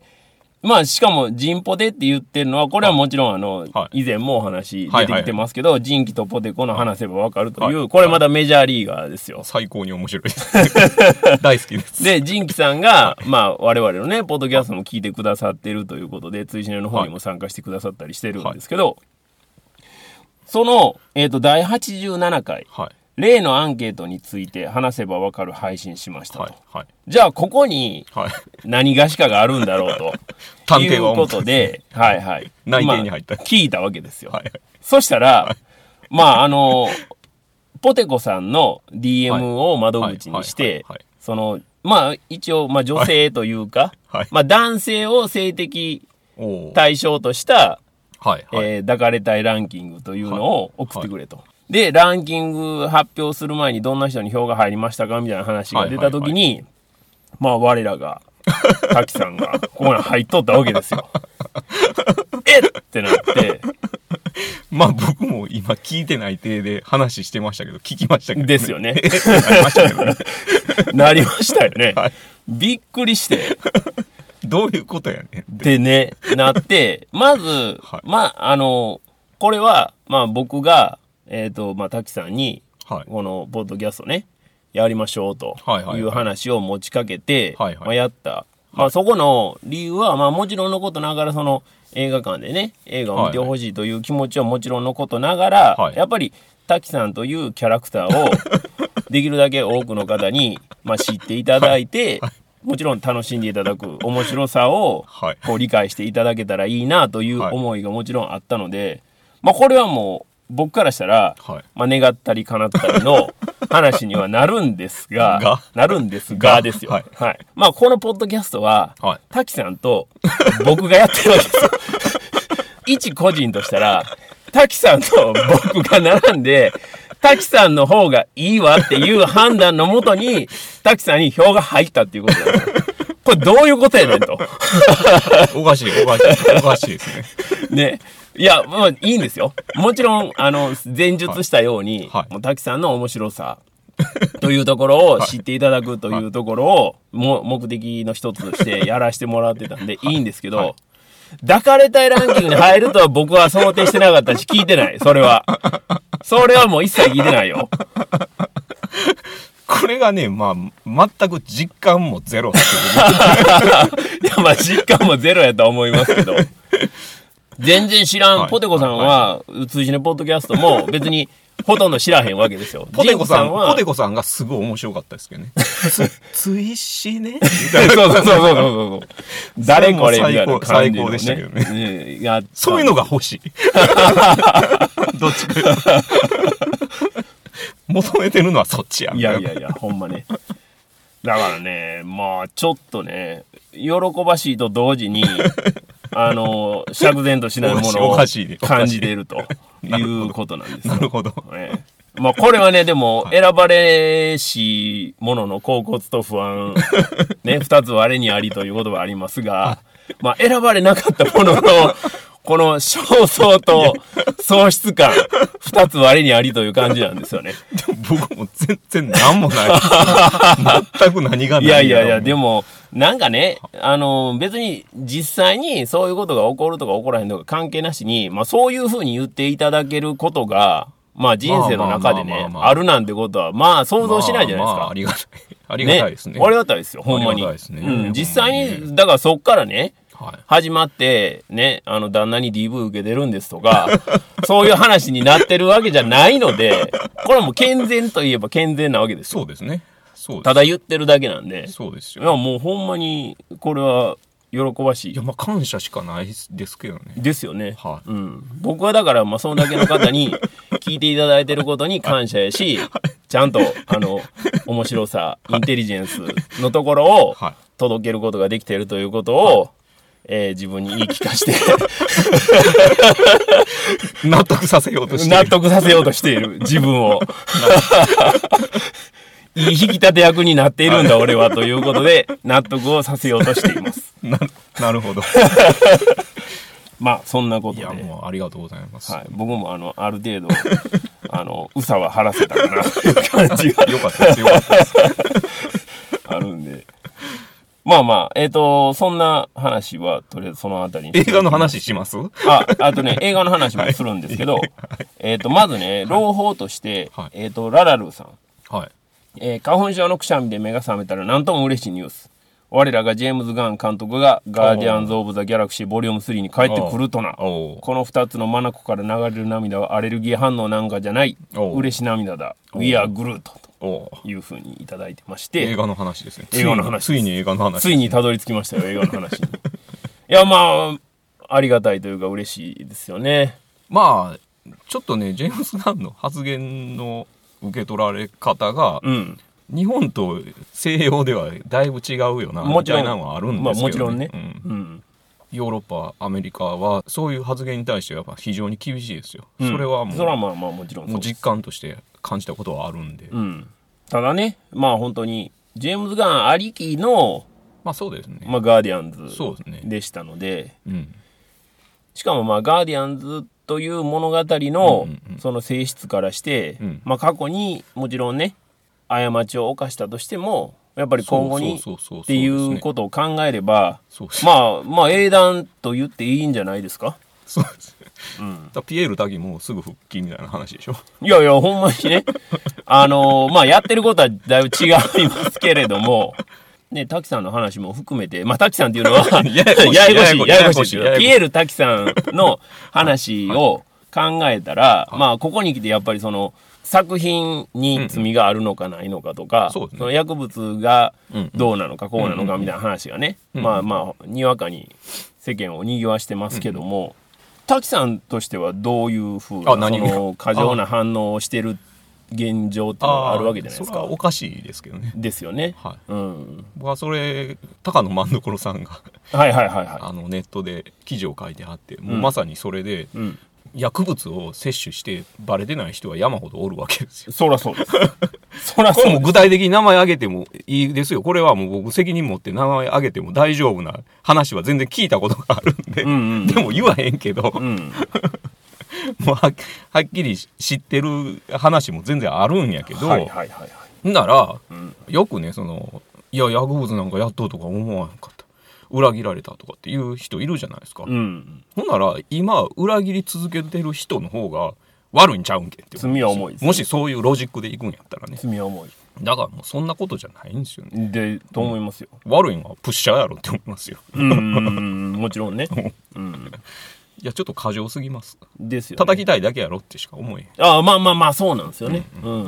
[SPEAKER 2] まあしかも人ポテって言ってるのは、これはもちろんあの、
[SPEAKER 1] はい
[SPEAKER 2] 以前もお話
[SPEAKER 1] はい
[SPEAKER 2] 出てきてますけど、人気とポテコの話せばわかるという、
[SPEAKER 1] はい
[SPEAKER 2] これまだメジャーリーガーですよ。
[SPEAKER 1] 最高に面白いです (laughs) 大好きです
[SPEAKER 2] で、ジンキさんが、まあ、我々のね、ポッドキャストも聞いてくださってるということで、追試の方にも参加してくださったりしてるんですけど、その、えっ、と、第87回、
[SPEAKER 1] はい
[SPEAKER 2] 例のアンケートについて話せばわかる配信しましたと。
[SPEAKER 1] はいはい
[SPEAKER 2] じゃあ、ここに
[SPEAKER 1] はい
[SPEAKER 2] 何がしかがあるんだろうと。
[SPEAKER 1] (laughs) 探偵は
[SPEAKER 2] いう
[SPEAKER 1] 思
[SPEAKER 2] こ
[SPEAKER 1] った
[SPEAKER 2] とで、はいはい。
[SPEAKER 1] 内定に入った
[SPEAKER 2] まあ聞いたわけですよ。
[SPEAKER 1] はい
[SPEAKER 2] そしたら、まあ、あの、ポテコさんの DM を窓口
[SPEAKER 1] は
[SPEAKER 2] にし
[SPEAKER 1] いはい
[SPEAKER 2] て
[SPEAKER 1] はいはい、
[SPEAKER 2] その、まあ、一応、まあ、女性というか、
[SPEAKER 1] はいはい
[SPEAKER 2] まあ、男性を性的
[SPEAKER 1] おー
[SPEAKER 2] 対象とした、
[SPEAKER 1] はいはい
[SPEAKER 2] えー抱かれたいランキングというのを送ってくれと。で、ランキング発表する前にどんな人に票が入りましたかみたいな話が出たときに、まあ我らが、滝さんが、ここに入っ
[SPEAKER 1] (laughs)
[SPEAKER 2] とったわけですよ。えっってなって、
[SPEAKER 1] まあ僕もも今聞いてない体で話してましたけど、聞きましたけど、
[SPEAKER 2] ですよね
[SPEAKER 1] ありましたけ
[SPEAKER 2] (laughs)
[SPEAKER 1] どね。
[SPEAKER 2] なりましたよね。
[SPEAKER 1] はい
[SPEAKER 2] びっくりして。
[SPEAKER 1] どういうことやねんって。
[SPEAKER 2] でね、なって、 (laughs) まず、
[SPEAKER 1] はい
[SPEAKER 2] まあ、あの、これは、まあ僕が、えっ、と、まあ滝さんに、
[SPEAKER 1] はい。
[SPEAKER 2] このポッドキャストね、やりましょうと
[SPEAKER 1] はいはいはい
[SPEAKER 2] いう話を持ちかけて、
[SPEAKER 1] はいはい
[SPEAKER 2] まあ、やった。まあそこの理由は、まあもちろんのことながら、その映画館でね、映画を見てほしいという気持ちはもちろんのことながら、
[SPEAKER 1] はい
[SPEAKER 2] やっぱり滝さんというキャラク
[SPEAKER 1] (laughs)
[SPEAKER 2] ターを、できるだけ多くの方に、まあ、知っていただいて、もちろん楽しんでいただく面白さを、
[SPEAKER 1] はい
[SPEAKER 2] こう理解していただけたらいいなという
[SPEAKER 1] はい
[SPEAKER 2] 思いがもちろんあったので、まあこれはもう僕からしたら、
[SPEAKER 1] はい
[SPEAKER 2] まあ願ったり叶ったりの話にはなるんですが、
[SPEAKER 1] が
[SPEAKER 2] なるんですが
[SPEAKER 1] が
[SPEAKER 2] ですよ。は
[SPEAKER 1] はいい。
[SPEAKER 2] まあこのポッドキャストは、
[SPEAKER 1] はい
[SPEAKER 2] 滝さんと僕がやってるわけですよ。一個人としたら、滝さんと僕が並んで、滝さんの方がいいわっていう判断のもとに、滝さんに票が入ったっていうことなんですよ。これどういうことやねんと。
[SPEAKER 1] おかしい、おかしい、おかしいですね。
[SPEAKER 2] ね。いや、まあいいんですよ。もちろん、あの、前述したように、
[SPEAKER 1] はいはい
[SPEAKER 2] もう滝さんの面白さ。というところを知っていただくというところをも目的の一つとしてやらせてもらってたんでいいんですけど、抱かれたいランキングに入るとは僕は想定してなかったし聞いてない、それは。それはもう一切聞いてないよ。
[SPEAKER 1] これがね、まあ、全く実感もゼロですけ
[SPEAKER 2] いや、まあ、実感もゼロやとは思いますけど。全然知らん、
[SPEAKER 1] はい
[SPEAKER 2] ポテコさんは、通じのポッドキャストも、別に、ほとんど知らへんわけですよ。
[SPEAKER 1] (laughs) ど、ポテコさ
[SPEAKER 2] (laughs) ジン
[SPEAKER 1] ん、
[SPEAKER 2] は
[SPEAKER 1] ポテコさんがすごい面白かったですけどね。ついし (laughs) ね。
[SPEAKER 2] そうそうそうそうそうそう。誰これみたいな感じの、ね、
[SPEAKER 1] 最高最高でしたけどね
[SPEAKER 2] ね。やった
[SPEAKER 1] そういうのが欲
[SPEAKER 2] (laughs)
[SPEAKER 1] しい。どっちか言うと。求めてるのはそっちや。
[SPEAKER 2] いやいやいや、ほんまね。だからね、まあ、ちょっとね、喜ばしいと同時に、あの、釈然としないもの
[SPEAKER 1] お
[SPEAKER 2] を
[SPEAKER 1] かしいおかしいねおかしい
[SPEAKER 2] 感じているということなんですよ
[SPEAKER 1] なるほど。
[SPEAKER 2] ええまあこれはね、でも、選ばれし者の恍惚と不安、ね、二つ我にありということはありますが、まあ選ばれなかった者の、この焦燥と喪失感、二つ我にありという感じなんですよね。
[SPEAKER 1] でも僕も全然何もない。全く何がない。
[SPEAKER 2] いやいやいや、
[SPEAKER 1] で
[SPEAKER 2] で
[SPEAKER 1] も。
[SPEAKER 2] も、なんかね、あの、別に実際にそういうことが起こるとか起こらへんとか関係なしに、まあそういうふうに言っていただけることが、まあ人生の中
[SPEAKER 1] まあま
[SPEAKER 2] でね
[SPEAKER 1] あまあ、まあ
[SPEAKER 2] あるなんてことは、まあ想像しないじゃな
[SPEAKER 1] まあ
[SPEAKER 2] いです
[SPEAKER 1] まあ
[SPEAKER 2] か
[SPEAKER 1] あ。りがたい。ありがたいですね。
[SPEAKER 2] ありがたいですよ、ほん
[SPEAKER 1] あ
[SPEAKER 2] まに。
[SPEAKER 1] りがたいですね
[SPEAKER 2] うん、実際に、だからそっからね、
[SPEAKER 1] はい
[SPEAKER 2] 始まって、ね、あの、旦那に DV 受けてるんですと (laughs) か、そういう話になってるわけじゃないので、これはもう健全といえば健全なわけですよ。
[SPEAKER 1] そうですね。そうで
[SPEAKER 2] ただ言ってるだけなんで。
[SPEAKER 1] す。そうです
[SPEAKER 2] い
[SPEAKER 1] よ。
[SPEAKER 2] や、もうほんまに、これは、喜ばし
[SPEAKER 1] いや、
[SPEAKER 2] い。
[SPEAKER 1] まあ、感謝しかないですけどね。
[SPEAKER 2] ですよね。
[SPEAKER 1] はい
[SPEAKER 2] うん。僕はだから、まあ、そんだけの方
[SPEAKER 1] (laughs)
[SPEAKER 2] に、聞いていただいてることに感謝やし、ちゃんと、あの、面白さ、インテリジェンスのところを
[SPEAKER 1] はい、
[SPEAKER 2] 届けることができているということを、えー自分に言い聞かして、 (laughs)
[SPEAKER 1] 納得させようとして
[SPEAKER 2] 納
[SPEAKER 1] る。
[SPEAKER 2] 得させようとしている、自
[SPEAKER 1] (laughs)
[SPEAKER 2] 分を。いい引き立て役になっているんだ、俺は、ということで、納得をさせようとしています。
[SPEAKER 1] ななるほ
[SPEAKER 2] (laughs)
[SPEAKER 1] ど。
[SPEAKER 2] まあ、そんなこと
[SPEAKER 1] い
[SPEAKER 2] で。
[SPEAKER 1] や、もうありがとうございます。
[SPEAKER 2] はい、僕もあのある程度 (laughs) あのうさは晴らせたかなという感じが
[SPEAKER 1] よかったです。よか
[SPEAKER 2] (laughs)
[SPEAKER 1] ったです。
[SPEAKER 2] あるんでまあまあえっ、とそんな話はとりあえずそのあたりに
[SPEAKER 1] 映画の話しますは
[SPEAKER 2] ああとね映画の話もするんですけど、えっとまずね朗報として、
[SPEAKER 1] はい
[SPEAKER 2] えっとララルーさん
[SPEAKER 1] い。
[SPEAKER 2] えー花粉症のくしゃみで目が覚めたら何とも嬉しいニュース。我らがジェームズ・ガン監督が「ガーディアンズ・オブ・ザ・ギャラクシー・ボリューム3」に帰ってくるとな
[SPEAKER 1] おう
[SPEAKER 2] この2つの眼から流れる涙はアレルギー反応なんかじゃない
[SPEAKER 1] おう
[SPEAKER 2] 嬉し涙だ「We are Groot」と
[SPEAKER 1] おう
[SPEAKER 2] いうふうにいただいてまし
[SPEAKER 1] 映
[SPEAKER 2] て
[SPEAKER 1] 画の話ですね。
[SPEAKER 2] 映画の話
[SPEAKER 1] ついについに映画の話。
[SPEAKER 2] ついにたどり着きましたよ映画の話に (laughs) いやまあありがたいというか嬉しいですよね
[SPEAKER 1] まあ、ちょっとね、ジェームス・ガンの発言の受け取られ方が、
[SPEAKER 2] うん
[SPEAKER 1] 日本と西洋ではだいぶ違うよな、
[SPEAKER 2] もちろん
[SPEAKER 1] みたいなのはあるん
[SPEAKER 2] まあ
[SPEAKER 1] です
[SPEAKER 2] も
[SPEAKER 1] け
[SPEAKER 2] ち
[SPEAKER 1] ど、
[SPEAKER 2] ろんね
[SPEAKER 1] う
[SPEAKER 2] うん
[SPEAKER 1] ヨーロッパ、アメリカは、そういう発言に対してはやっぱ非常に厳しいですよ。それはもう、
[SPEAKER 2] それはまあまあもちろん
[SPEAKER 1] も
[SPEAKER 2] そう
[SPEAKER 1] う実感として感じたことはあるんで、
[SPEAKER 2] うん。ただね、まあ本当に、ジェームズ・ガンありきの、
[SPEAKER 1] まあそうですね。
[SPEAKER 2] まあ、ガーディアンズ
[SPEAKER 1] そうですね。
[SPEAKER 2] でしたので、
[SPEAKER 1] うん。
[SPEAKER 2] しかもまあガーディアンズという物語の
[SPEAKER 1] うんうんうん
[SPEAKER 2] その性質からして、
[SPEAKER 1] うん
[SPEAKER 2] まあ、過去にもちろんね過ちを犯したとしてもやっぱり今後に
[SPEAKER 1] そうそうそうそう
[SPEAKER 2] っていうことを考えれば
[SPEAKER 1] そうですね
[SPEAKER 2] まあまあ英断と言っていいんじゃないですか、
[SPEAKER 1] そうです
[SPEAKER 2] うん、
[SPEAKER 1] だからピエール滝もすぐ復帰みたいな話でしょ
[SPEAKER 2] いやいやほんまにねあのまあやってることはだいぶ違いますけれども。ね、滝さんの話も含めて、まあ、滝さんっていうのは、
[SPEAKER 1] (laughs) ややこしい
[SPEAKER 2] ややこしい、
[SPEAKER 1] や
[SPEAKER 2] や
[SPEAKER 1] や
[SPEAKER 2] や
[SPEAKER 1] こ
[SPEAKER 2] こ
[SPEAKER 1] し
[SPEAKER 2] し
[SPEAKER 1] い
[SPEAKER 2] い。
[SPEAKER 1] ややこしい
[SPEAKER 2] ピエール滝さんの話を考えたら、まあ、ここに来てやっぱりその、作品に罪があるのかないのかとか、
[SPEAKER 1] そうですね
[SPEAKER 2] の薬物が
[SPEAKER 1] うんうん
[SPEAKER 2] どうなのかこうなのかみたいな話がね、
[SPEAKER 1] うん
[SPEAKER 2] まあまあ、にわかに世間を賑わしてますけども、滝さんとしてはどういうふうな
[SPEAKER 1] あ何
[SPEAKER 2] その過剰な反応をしてる現状っていうのが (laughs) あるわけじゃないです
[SPEAKER 1] それは。
[SPEAKER 2] か
[SPEAKER 1] おかしいですけどね
[SPEAKER 2] ですよね。
[SPEAKER 1] はい
[SPEAKER 2] うん、
[SPEAKER 1] 僕はそれ高野万所さんが
[SPEAKER 2] はいはいはいは
[SPEAKER 1] あのネットで記事を書いてあってもううんまさにそれで
[SPEAKER 2] い。うん、
[SPEAKER 1] 薬物を摂取してバレてない人は山ほどおるわけです
[SPEAKER 2] (laughs)
[SPEAKER 1] よ
[SPEAKER 2] そらそうです。そら
[SPEAKER 1] こ
[SPEAKER 2] そう
[SPEAKER 1] れ
[SPEAKER 2] で
[SPEAKER 1] も具体的に名前挙げてもいいですよこれはもう僕責任持って名前挙げても大丈夫な話は全然聞いたことがあるんで、
[SPEAKER 2] す。うんうん。
[SPEAKER 1] でも言わへんけど、
[SPEAKER 2] う
[SPEAKER 1] も
[SPEAKER 2] ん、
[SPEAKER 1] うはっはっきり知ってる話も全然あるんやけど、
[SPEAKER 2] (laughs) はいはいはいはい。
[SPEAKER 1] なら
[SPEAKER 2] うん、
[SPEAKER 1] よくねそのいや薬物なんかやっとうとか思わなかった裏切られたとかっていう人いるじゃないですか、
[SPEAKER 2] うん、
[SPEAKER 1] ほんなら今裏切り続けてる人の方が悪いんちゃうんけって思うんですよ
[SPEAKER 2] 罪は重いですね
[SPEAKER 1] もしそういうロジックでいくんやったらね
[SPEAKER 2] 罪は重い。
[SPEAKER 1] だからもうそんなことじゃないんですよね
[SPEAKER 2] で、と思いますよ。
[SPEAKER 1] 悪いのはプッシャーやろって思いますよ
[SPEAKER 2] うん、うんうんもちろ (laughs) んね。うん、
[SPEAKER 1] いやちょっと過剰すぎます
[SPEAKER 2] ですよ、ね。
[SPEAKER 1] 叩きたいだけやろってしか思え
[SPEAKER 2] ああまあまあまあそうなんですよねうん、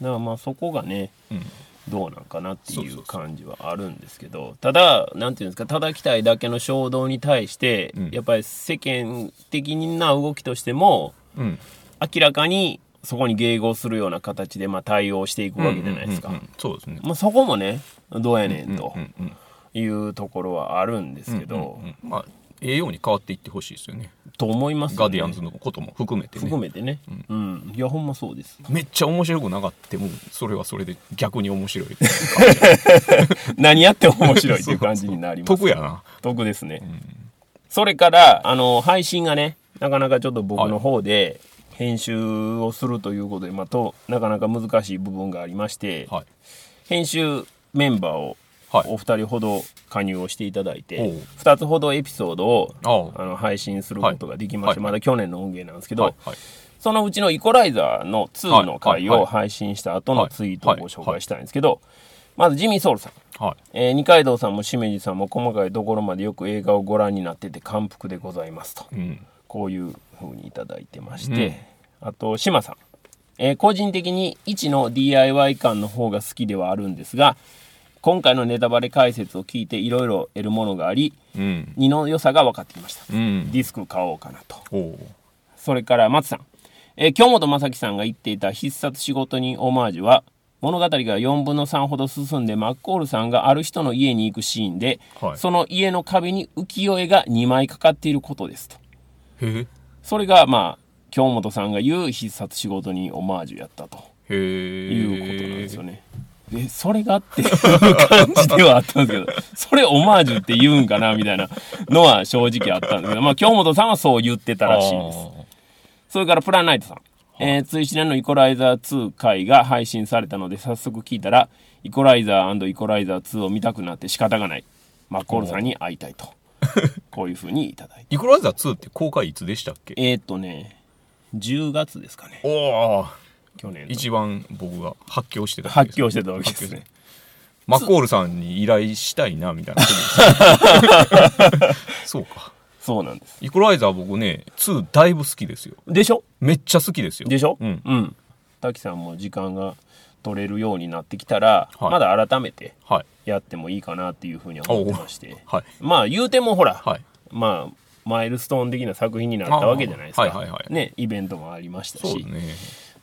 [SPEAKER 2] だからまあそこがね
[SPEAKER 1] へん、うん、
[SPEAKER 2] どうなんかなって
[SPEAKER 1] そう
[SPEAKER 2] い
[SPEAKER 1] そうそう
[SPEAKER 2] う感じはあるんですけどただなんていうんですか叩きたいだけの衝動に対して、
[SPEAKER 1] うん
[SPEAKER 2] やっぱり世間的な動きとしても
[SPEAKER 1] うん、
[SPEAKER 2] 明らかにそこに迎合するような形でまあ対応していくわけじゃないですか、
[SPEAKER 1] うんうんうんうんそうですね
[SPEAKER 2] まあ、そこもねどうやねんと
[SPEAKER 1] うんうん
[SPEAKER 2] いうところはあるんですけど、
[SPEAKER 1] うんうんまあ栄養に変わっていってほしいですよね
[SPEAKER 2] と思いますよね
[SPEAKER 1] ガディアンズのことも含めてね
[SPEAKER 2] 含めてね、うんいやほんまそうです
[SPEAKER 1] めっちゃ面白くなかってもそれはそれで逆に面
[SPEAKER 2] (laughs)
[SPEAKER 1] 白い
[SPEAKER 2] 何やっても面白いっていう感じになります
[SPEAKER 1] 得やな
[SPEAKER 2] 得ですね、それからあの配信がねなかなかちょっと僕の方で編集をするということで、まあ、となかなか難しい部分がありまして、
[SPEAKER 1] はい
[SPEAKER 2] 編集メンバーを
[SPEAKER 1] はい
[SPEAKER 2] お二人ほど加入をしていただいて、
[SPEAKER 1] おう
[SPEAKER 2] 2つほどエピソードを
[SPEAKER 1] ああ
[SPEAKER 2] あの配信することができまして、
[SPEAKER 1] はいはい
[SPEAKER 2] まだ去年の音源なんですけど、
[SPEAKER 1] はいはい
[SPEAKER 2] そのうちのイコライザーの2の回
[SPEAKER 1] はいは
[SPEAKER 2] を
[SPEAKER 1] い
[SPEAKER 2] 配信した後のツイートをご紹介したいんですけど、まずジミー・ソウルさん、
[SPEAKER 1] はい
[SPEAKER 2] えー二階堂さんもしめじさんも細かいところまでよく映画をご覧になってて感服でございますと、
[SPEAKER 1] うん
[SPEAKER 2] こういう風にいただいてまして、あと志麻さん、えー個人的に一の DIY 感の方が好きではあるんですが今回のネタバレ解説を聞いていろいろ得るものがあり
[SPEAKER 1] うん
[SPEAKER 2] 2の良さが分かってきました、
[SPEAKER 1] うん
[SPEAKER 2] ディスク買おうかなと
[SPEAKER 1] おう
[SPEAKER 2] それから松さん、えー京本正樹さんが言っていた必殺仕事人オマージュは物語が4分の3ほど進んでマッコールさんがある人の家に行くシーンで、
[SPEAKER 1] はい
[SPEAKER 2] その家の壁に浮世絵が2枚かかっていることですと
[SPEAKER 1] へ
[SPEAKER 2] それがまあ京本さんが言う必殺仕事人オマージュやったと
[SPEAKER 1] えへえ
[SPEAKER 2] いうことなんですよね。でそれがっていう感じではあったんですけど (laughs) それオマージュって言うんかなみたいなのは正直あったんですけどまあ京本さんはそう言ってたらしいです。それからプランナイトさん。えー、追試練のイコライザー2回が配信されたので早速聞いたら、イコライザーイコライザー2を見たくなって仕方がない。マッコールさんに会いた
[SPEAKER 1] (laughs)
[SPEAKER 2] いと。こういうふうにいただいて。
[SPEAKER 1] イコライザー2って公開いつでしたっけ
[SPEAKER 2] えー、っとね、10月ですかね。
[SPEAKER 1] おお
[SPEAKER 2] 去年の。
[SPEAKER 1] 一番僕が発狂してた時です
[SPEAKER 2] 発狂してたわけですね。
[SPEAKER 1] マコールさんに依頼したいなみたいな
[SPEAKER 2] (laughs)
[SPEAKER 1] そうか
[SPEAKER 2] そうなんです。
[SPEAKER 1] イコライザー僕ね2だいぶ好きですよ
[SPEAKER 2] でしょ
[SPEAKER 1] めっちゃ好きですよ
[SPEAKER 2] でしょ
[SPEAKER 1] うん
[SPEAKER 2] うん。滝さんも時間が取れるようになってきたら、
[SPEAKER 1] はい
[SPEAKER 2] まだ改めて
[SPEAKER 1] はい
[SPEAKER 2] やってもいいかなっていうふうには思ってまして。
[SPEAKER 1] はい
[SPEAKER 2] まあ言うてもほら、
[SPEAKER 1] はい
[SPEAKER 2] まあ、マイルストーン的な作品になったわけじゃないですか、
[SPEAKER 1] あーはいはいはい
[SPEAKER 2] ね、イベントもありました
[SPEAKER 1] そう
[SPEAKER 2] し、
[SPEAKER 1] だね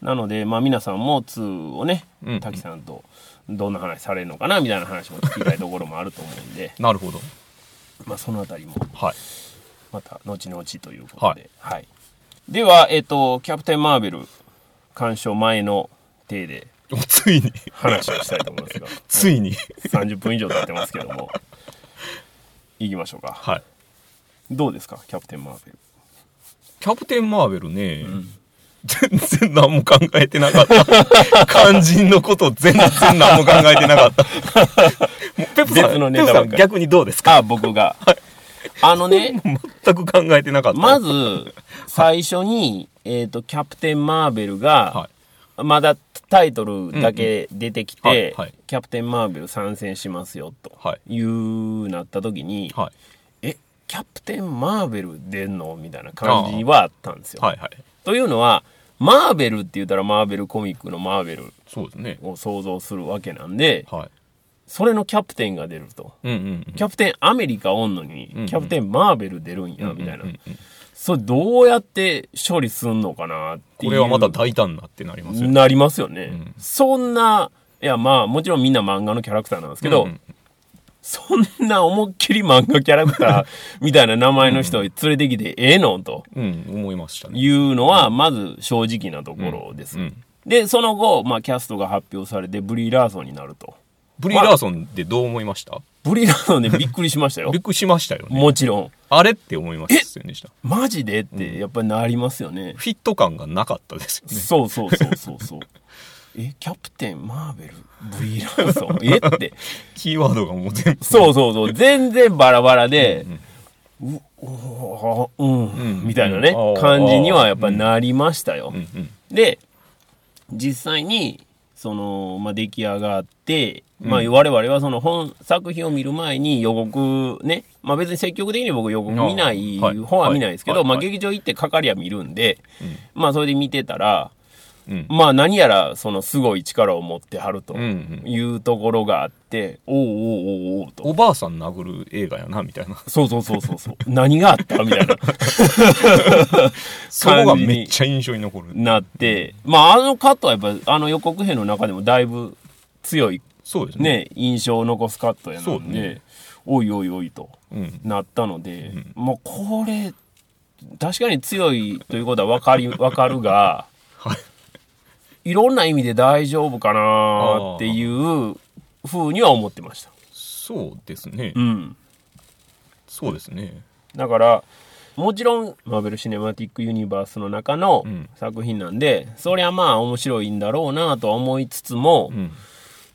[SPEAKER 2] なので、まあ、皆さんも2をね
[SPEAKER 1] うん、
[SPEAKER 2] 滝さんとどんな話されるのかなみたいな話も聞きたいところもあると思うんで (laughs)
[SPEAKER 1] なるほど
[SPEAKER 2] まあ、その辺りも
[SPEAKER 1] はい
[SPEAKER 2] また後々ということで、はいでは、えっと「キャプテン・マーベル」鑑賞前の体で
[SPEAKER 1] おついに
[SPEAKER 2] 話をしたいと思
[SPEAKER 1] (laughs)
[SPEAKER 2] いますが
[SPEAKER 1] ついに
[SPEAKER 2] 30分以上経ってますけどもいきましょうか
[SPEAKER 1] はい
[SPEAKER 2] どうですか「キャプテン・マーベル」
[SPEAKER 1] キャプテン・マーベルね、
[SPEAKER 2] うん
[SPEAKER 1] 全然何も考えてなかった。肝心のこと全然何も考えてなか
[SPEAKER 2] (laughs)
[SPEAKER 1] った。もうペプさ
[SPEAKER 2] 別の
[SPEAKER 1] ん、
[SPEAKER 2] ネ
[SPEAKER 1] ペ
[SPEAKER 2] タ
[SPEAKER 1] プ
[SPEAKER 2] ばっか
[SPEAKER 1] さ
[SPEAKER 2] り
[SPEAKER 1] ん逆にどうですか
[SPEAKER 2] あ、僕が。あ
[SPEAKER 1] (laughs)
[SPEAKER 2] のね、
[SPEAKER 1] 全く考えてなかった。
[SPEAKER 2] まず、最初に、えっ、と、キャプテン・マーベル
[SPEAKER 1] はい、
[SPEAKER 2] がまだタイトルだけ出てき
[SPEAKER 1] うんうん
[SPEAKER 2] て
[SPEAKER 1] はいはい、
[SPEAKER 2] キャプテン・マーベル参戦しますよ、と
[SPEAKER 1] は
[SPEAKER 2] いうなった時に、
[SPEAKER 1] はい。
[SPEAKER 2] え、キャプテン・マーベル出んのみたいな感じはあったんですよ。
[SPEAKER 1] はいはい。
[SPEAKER 2] というのは、マーベルって言ったらマーベルコミックのマーベル
[SPEAKER 1] そうですね。
[SPEAKER 2] を想像するわけなんで、
[SPEAKER 1] は
[SPEAKER 2] それのキャプテンが出ると。
[SPEAKER 1] い。うんうんうん。
[SPEAKER 2] キャプテンアメリカおんのに、
[SPEAKER 1] んうん
[SPEAKER 2] キャプテンマーベル出るんや、みたいな
[SPEAKER 1] うんうん。
[SPEAKER 2] それどうやって処理すんのかなっていう。
[SPEAKER 1] これはまた大胆なってなりますよね。
[SPEAKER 2] なりますよね。
[SPEAKER 1] ん
[SPEAKER 2] そんな、いやまあもちろんみんな漫画のキャラクターなんですけど、
[SPEAKER 1] うんうん
[SPEAKER 2] そんな思いっきり漫画キャラ
[SPEAKER 1] (laughs)
[SPEAKER 2] クターみたいな名前の人を連れてきてええのと
[SPEAKER 1] うん、思いましたね。
[SPEAKER 2] いうのは、まず正直なところです。
[SPEAKER 1] うん
[SPEAKER 2] で、その後、まあキャストが発表されてブリー・ラーソンになると。
[SPEAKER 1] ブリー・ラーソンってどう思いました
[SPEAKER 2] ブリー・ラーソンでびっくりしましたよ
[SPEAKER 1] (laughs) び。っくりしましたよね。
[SPEAKER 2] もちろん。
[SPEAKER 1] あれって思いませんでした。
[SPEAKER 2] マジでってやっぱりなりますよね。
[SPEAKER 1] フィット感がなかったですよね。
[SPEAKER 2] そうそうそうそうそう。え、キャプテン、マーベル、ブリーランソン、えって。
[SPEAKER 1] (laughs) キーワードがもう全部。
[SPEAKER 2] そうそ
[SPEAKER 1] (laughs)
[SPEAKER 2] うそう。全然バラバラで、う、おーうん、
[SPEAKER 1] うん
[SPEAKER 2] みたいなね
[SPEAKER 1] うんあ、ー
[SPEAKER 2] 感じにはやっぱなりましたよ。
[SPEAKER 1] うんうん。
[SPEAKER 2] で、実際に、その、まあ、出来上がって、まあ、
[SPEAKER 1] う
[SPEAKER 2] 我々はその本作品を見る前に予告ね、まあ別に積極的に僕予告見ない、
[SPEAKER 1] あーはい
[SPEAKER 2] 本は見ないですけど、
[SPEAKER 1] はい
[SPEAKER 2] まあ
[SPEAKER 1] はい
[SPEAKER 2] 劇場行って係は見るんで、まあそれで見てたら、
[SPEAKER 1] うん。
[SPEAKER 2] まあ何やらそのすごい力を持ってはると
[SPEAKER 1] うんうん
[SPEAKER 2] いうところがあって、おうおうおうおうと。
[SPEAKER 1] おばあさん殴る映画やな、みたい (laughs) な。
[SPEAKER 2] そうそうそうそうそう。何があったみたいな。
[SPEAKER 1] そこがめっちゃ印象に残る。
[SPEAKER 2] なって、まああのカットはやっぱあの予告編の中でもだいぶ強い
[SPEAKER 1] そうですね。
[SPEAKER 2] ね、印象を残すカットやな
[SPEAKER 1] そうん
[SPEAKER 2] で、
[SPEAKER 1] ね
[SPEAKER 2] おいおいおいと
[SPEAKER 1] うん。
[SPEAKER 2] なったので、まあこれ、確かに強いということは分かり、わかるが、
[SPEAKER 1] はい。
[SPEAKER 2] いろんな意味で大丈夫かなっていうふうには思ってました。
[SPEAKER 1] そうですね
[SPEAKER 2] う。ん。
[SPEAKER 1] そうですね。
[SPEAKER 2] だから、もちろん、マーベル・シネマティック・ユニバースの中の
[SPEAKER 1] うん
[SPEAKER 2] 作品なんで、そりゃまあ面白いんだろうなとは思いつつも、
[SPEAKER 1] うん。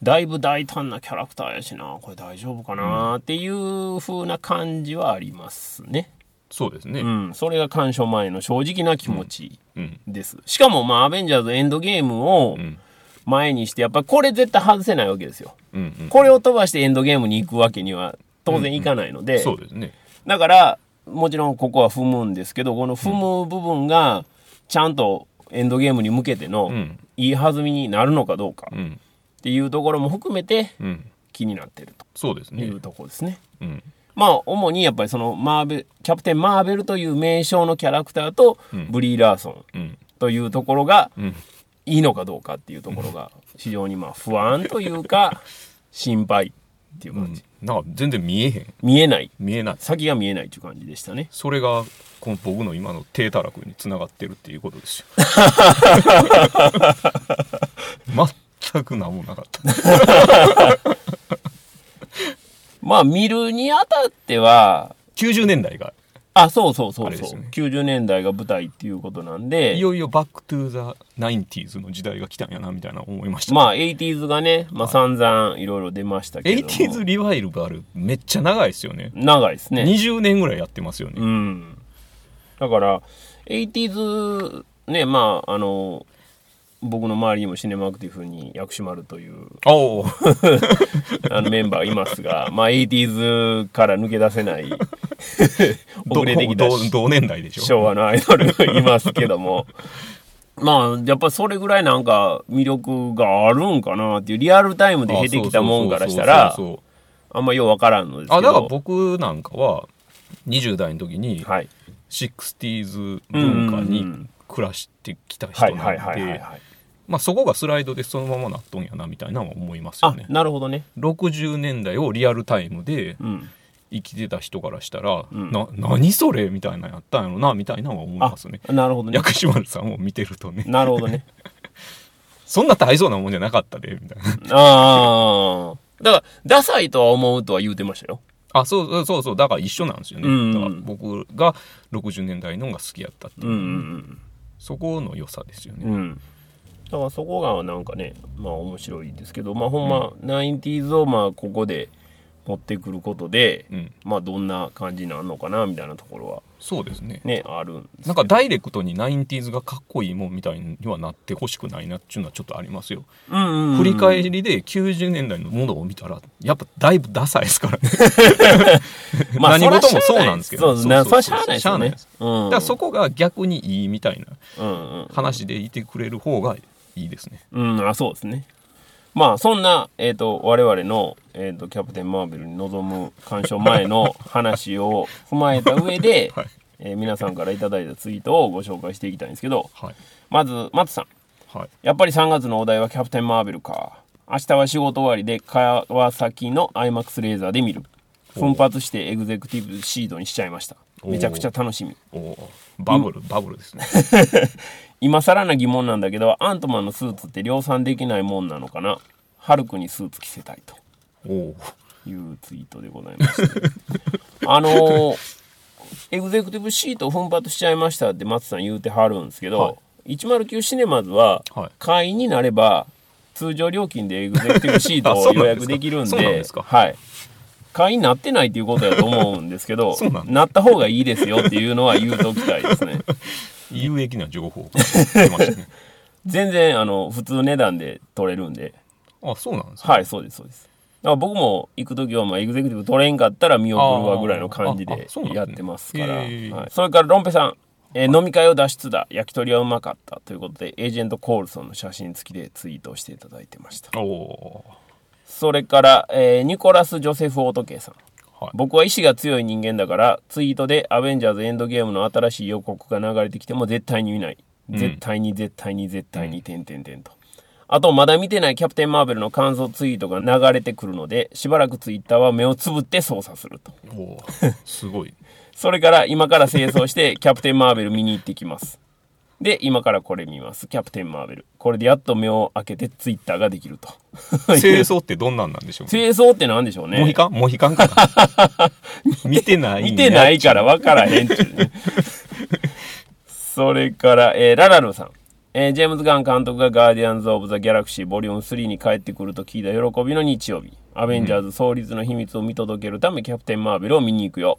[SPEAKER 2] だいぶ大胆なキャラクターやしな、これ大丈夫かなっていう風な感じはありますね。
[SPEAKER 1] そうですね。
[SPEAKER 2] う
[SPEAKER 1] うん。
[SPEAKER 2] ん、それが鑑賞前の正直な気持ち
[SPEAKER 1] うん。
[SPEAKER 2] です。しかもまあ、アベンジャーズエンドゲームを
[SPEAKER 1] うん。
[SPEAKER 2] 前にして、やっぱりこれ絶対外せないわけですよ。
[SPEAKER 1] うん。
[SPEAKER 2] これを飛ばしてエンドゲームに行くわけには当然いかないので、
[SPEAKER 1] そうですね。
[SPEAKER 2] だから、もちろんここは踏むんですけど、この踏む部分がちゃんとエンドゲームに向けての
[SPEAKER 1] うん。
[SPEAKER 2] いい弾みになるのかどうかっ
[SPEAKER 1] うん。
[SPEAKER 2] ていうところも含めて
[SPEAKER 1] うん。
[SPEAKER 2] 気になってる
[SPEAKER 1] そうです
[SPEAKER 2] とい
[SPEAKER 1] ね
[SPEAKER 2] う。ところですね。
[SPEAKER 1] うん。
[SPEAKER 2] まあ、主にやっぱりそのマーベル、キャプテン・マーベルという名称のキャラクターと、ブリー・ラーソン
[SPEAKER 1] うん。
[SPEAKER 2] というところが
[SPEAKER 1] うん。
[SPEAKER 2] いいのかどうかっていうところが、非常にまあ不安という
[SPEAKER 1] (laughs)
[SPEAKER 2] か、心配っていう
[SPEAKER 1] う
[SPEAKER 2] 感
[SPEAKER 1] ん
[SPEAKER 2] じ。
[SPEAKER 1] なんか全然見えへん。
[SPEAKER 2] 見えない。
[SPEAKER 1] 見えない。
[SPEAKER 2] 先が見えないという感じでしたね。
[SPEAKER 1] それが、この僕の今の低たらくにつながってるっていうこと
[SPEAKER 2] (laughs)
[SPEAKER 1] ですよ。全く何もなかった。
[SPEAKER 2] まあ、見るにあたっては、
[SPEAKER 1] 90年代が、
[SPEAKER 2] あ、そうそうそ
[SPEAKER 1] あ
[SPEAKER 2] う
[SPEAKER 1] れで
[SPEAKER 2] そう、
[SPEAKER 1] すよね
[SPEAKER 2] 90年代が舞台っていうことなんで
[SPEAKER 1] い、よいよバックトゥーザ 90s の時代が来たんやな、みたいな思いました。
[SPEAKER 2] まあ、80s がね、まあ散々いろいろ出ましたけども。
[SPEAKER 1] 80s リバイバルめっちゃ長いですよね
[SPEAKER 2] 長いですね。
[SPEAKER 1] 20年ぐらいやってますよね、
[SPEAKER 2] うん。だから、80s、ね、まあ、あの、僕の周りにもシネマアクティブに薬師丸
[SPEAKER 1] (laughs)
[SPEAKER 2] という
[SPEAKER 1] あおう
[SPEAKER 2] あのメンバーいますが、まあ、80s から抜け出せない、
[SPEAKER 1] (laughs)
[SPEAKER 2] (laughs)
[SPEAKER 1] ど
[SPEAKER 2] 遅れてきた
[SPEAKER 1] ほぼ同同年代でしょ
[SPEAKER 2] 昭和のアイドルいますけども。 (laughs) まあ、やっぱそれぐらいなんか魅力があるんかなっていう、リアルタイムで
[SPEAKER 1] あ
[SPEAKER 2] 経てきたもんからした
[SPEAKER 1] そ
[SPEAKER 2] ら
[SPEAKER 1] う、そうそう
[SPEAKER 2] あんまようわからんのです
[SPEAKER 1] そうそう
[SPEAKER 2] け
[SPEAKER 1] あだから
[SPEAKER 2] ど。
[SPEAKER 1] 僕なんかは20代の時に
[SPEAKER 2] はい。
[SPEAKER 1] 60s 文化に暮らしてきた
[SPEAKER 2] は
[SPEAKER 1] 人
[SPEAKER 2] いはい
[SPEAKER 1] なん
[SPEAKER 2] はいはい
[SPEAKER 1] で
[SPEAKER 2] はい。
[SPEAKER 1] まあそこがスライドでそのままなっとんやなみたいなのは思いますよ
[SPEAKER 2] あ
[SPEAKER 1] ね、
[SPEAKER 2] なるほどね。
[SPEAKER 1] 60年代をリアルタイムで
[SPEAKER 2] うん。
[SPEAKER 1] 生きてた人からしたら、
[SPEAKER 2] うん
[SPEAKER 1] な何それみたいなのやったんやろなみたいなのは思い
[SPEAKER 2] あ
[SPEAKER 1] ますね、
[SPEAKER 2] なるほどね。
[SPEAKER 1] 薬師丸さんを見てるとね
[SPEAKER 2] なるほ
[SPEAKER 1] (laughs)
[SPEAKER 2] どね。
[SPEAKER 1] そんな大層なもんじゃなかったで、みたいな。
[SPEAKER 2] ああ。だから、ダサいとは思うとは言うてましたよ。
[SPEAKER 1] (laughs) あそうそうそうそうだから一緒なんですよね、
[SPEAKER 2] うんうん
[SPEAKER 1] だから僕が60年代のが好きやったっていう、
[SPEAKER 2] うんうん
[SPEAKER 1] そこの良さですよね、
[SPEAKER 2] うんうんだからそこがなんかねまあ面白いですけどまあほんま、90s をまあここで持ってくることで、
[SPEAKER 1] うん
[SPEAKER 2] まあどんな感じなんのかなみたいなところは
[SPEAKER 1] そうですね
[SPEAKER 2] ねあるんですけど
[SPEAKER 1] なんかダイレクトに 90s がかっこいいもんみたいにはなってほしくないなっていうのはちょっとありますよ、
[SPEAKER 2] うんうんうん
[SPEAKER 1] 振り返りで90年代のものを見たらやっぱだいぶダサいです
[SPEAKER 2] (laughs)
[SPEAKER 1] からね何事もそうなんですけど
[SPEAKER 2] そうなそ
[SPEAKER 1] そ
[SPEAKER 2] れは
[SPEAKER 1] う
[SPEAKER 2] し
[SPEAKER 1] そうそ
[SPEAKER 2] ゃ
[SPEAKER 1] う
[SPEAKER 2] あないですよ
[SPEAKER 1] しだか
[SPEAKER 2] ね。
[SPEAKER 1] らそこが逆にいいみたいな
[SPEAKER 2] うんうん
[SPEAKER 1] 話でいてくれる方がいいですね
[SPEAKER 2] うん、うん、あそうですね。まあそんな、えー、と我々の、えー、とキャプテン・マーベルに臨む鑑賞前の話を踏まえた上で、
[SPEAKER 1] (laughs) はい
[SPEAKER 2] えー皆さんからいただいたツイートをご紹介していきたいんですけど
[SPEAKER 1] はい
[SPEAKER 2] まず松さん
[SPEAKER 1] はい
[SPEAKER 2] やっぱり3月のお題はキャプテン・マーベルか。明日は仕事終わりで川崎の IMAX レーザーで見る。奮発してエグゼクティブシードにしちゃいました。
[SPEAKER 1] おー
[SPEAKER 2] めちゃくちゃ楽しみ。
[SPEAKER 1] おーバブルバブルですね
[SPEAKER 2] 今更な疑問なんだけど、アントマンのスーツって量産できないもんなのかなハルクにスーツ着せたいと
[SPEAKER 1] おおー
[SPEAKER 2] いうツイートでございました。 (laughs) あのーエグゼクティブシート奮発しちゃいましたって松さん言うてはるんですけど、
[SPEAKER 1] は
[SPEAKER 2] 109シネマズは
[SPEAKER 1] はい
[SPEAKER 2] 会員になれば通常料金でエグゼクティブシー
[SPEAKER 1] (laughs) あ
[SPEAKER 2] ト
[SPEAKER 1] そ
[SPEAKER 2] を
[SPEAKER 1] うな
[SPEAKER 2] 予
[SPEAKER 1] んですか
[SPEAKER 2] 約できるん
[SPEAKER 1] そうなん
[SPEAKER 2] で
[SPEAKER 1] ですか
[SPEAKER 2] はい、会員になってないっていうことだと思うんですけ
[SPEAKER 1] (laughs)
[SPEAKER 2] ど
[SPEAKER 1] そうなんです
[SPEAKER 2] なった方がいいですよっていうのは言うときたいですね。
[SPEAKER 1] 有益な情報が出ま
[SPEAKER 2] (laughs)
[SPEAKER 1] したね
[SPEAKER 2] 全然あの普通値段で取れるんで
[SPEAKER 1] あそうなんですか
[SPEAKER 2] はいそうですそうですだから僕も行く時はまあエグゼクティブ取れんかったら見送るわぐらいの感じ
[SPEAKER 1] あーあ
[SPEAKER 2] で
[SPEAKER 1] そうなん
[SPEAKER 2] や
[SPEAKER 1] だ
[SPEAKER 2] ってますから
[SPEAKER 1] へー
[SPEAKER 2] はい、それからロンペさん、えー飲み会を脱出だ焼き鳥はうまかったということでエージェントコールソンの写真付きでツイートをしていただいてました
[SPEAKER 1] おお
[SPEAKER 2] それから、えーニコラス・ジョセフ・オートケイさん
[SPEAKER 1] ーはい
[SPEAKER 2] 僕は意志が強い人間だからツイートで「アベンジャーズエンドゲーム」の新しい予告が流れてきても絶対に見ない絶対に絶対に絶対に点々点とあとまだ見てないキャプテン・マーベルの感想ツイートが流れてくるのでしばらくツイッターは目をつぶって操作すると
[SPEAKER 1] おーす
[SPEAKER 2] (laughs)
[SPEAKER 1] ごい
[SPEAKER 2] それから今から清
[SPEAKER 1] (laughs)
[SPEAKER 2] 掃してキャプテン・マーベル見に行ってきますで今からこれ見ますキャプテン・マーベルこれでやっと目を開けてツイッターができると
[SPEAKER 1] 清掃ってどんなんなんでしょう
[SPEAKER 2] 清掃って何でしょうね
[SPEAKER 1] モヒカンモヒカンかな (laughs) 見てないんや
[SPEAKER 2] 見てないから分からへんっていうねそれから、えーララルさん、えージェームズ・ガン監督が「ガーディアンズ・オブ・ザ・ギャラクシー」ボリューム3に帰ってくると聞いた喜びの日曜日アベンジャーズ創立の秘密を見届けるためキャプテン・マーベルを見に行くよ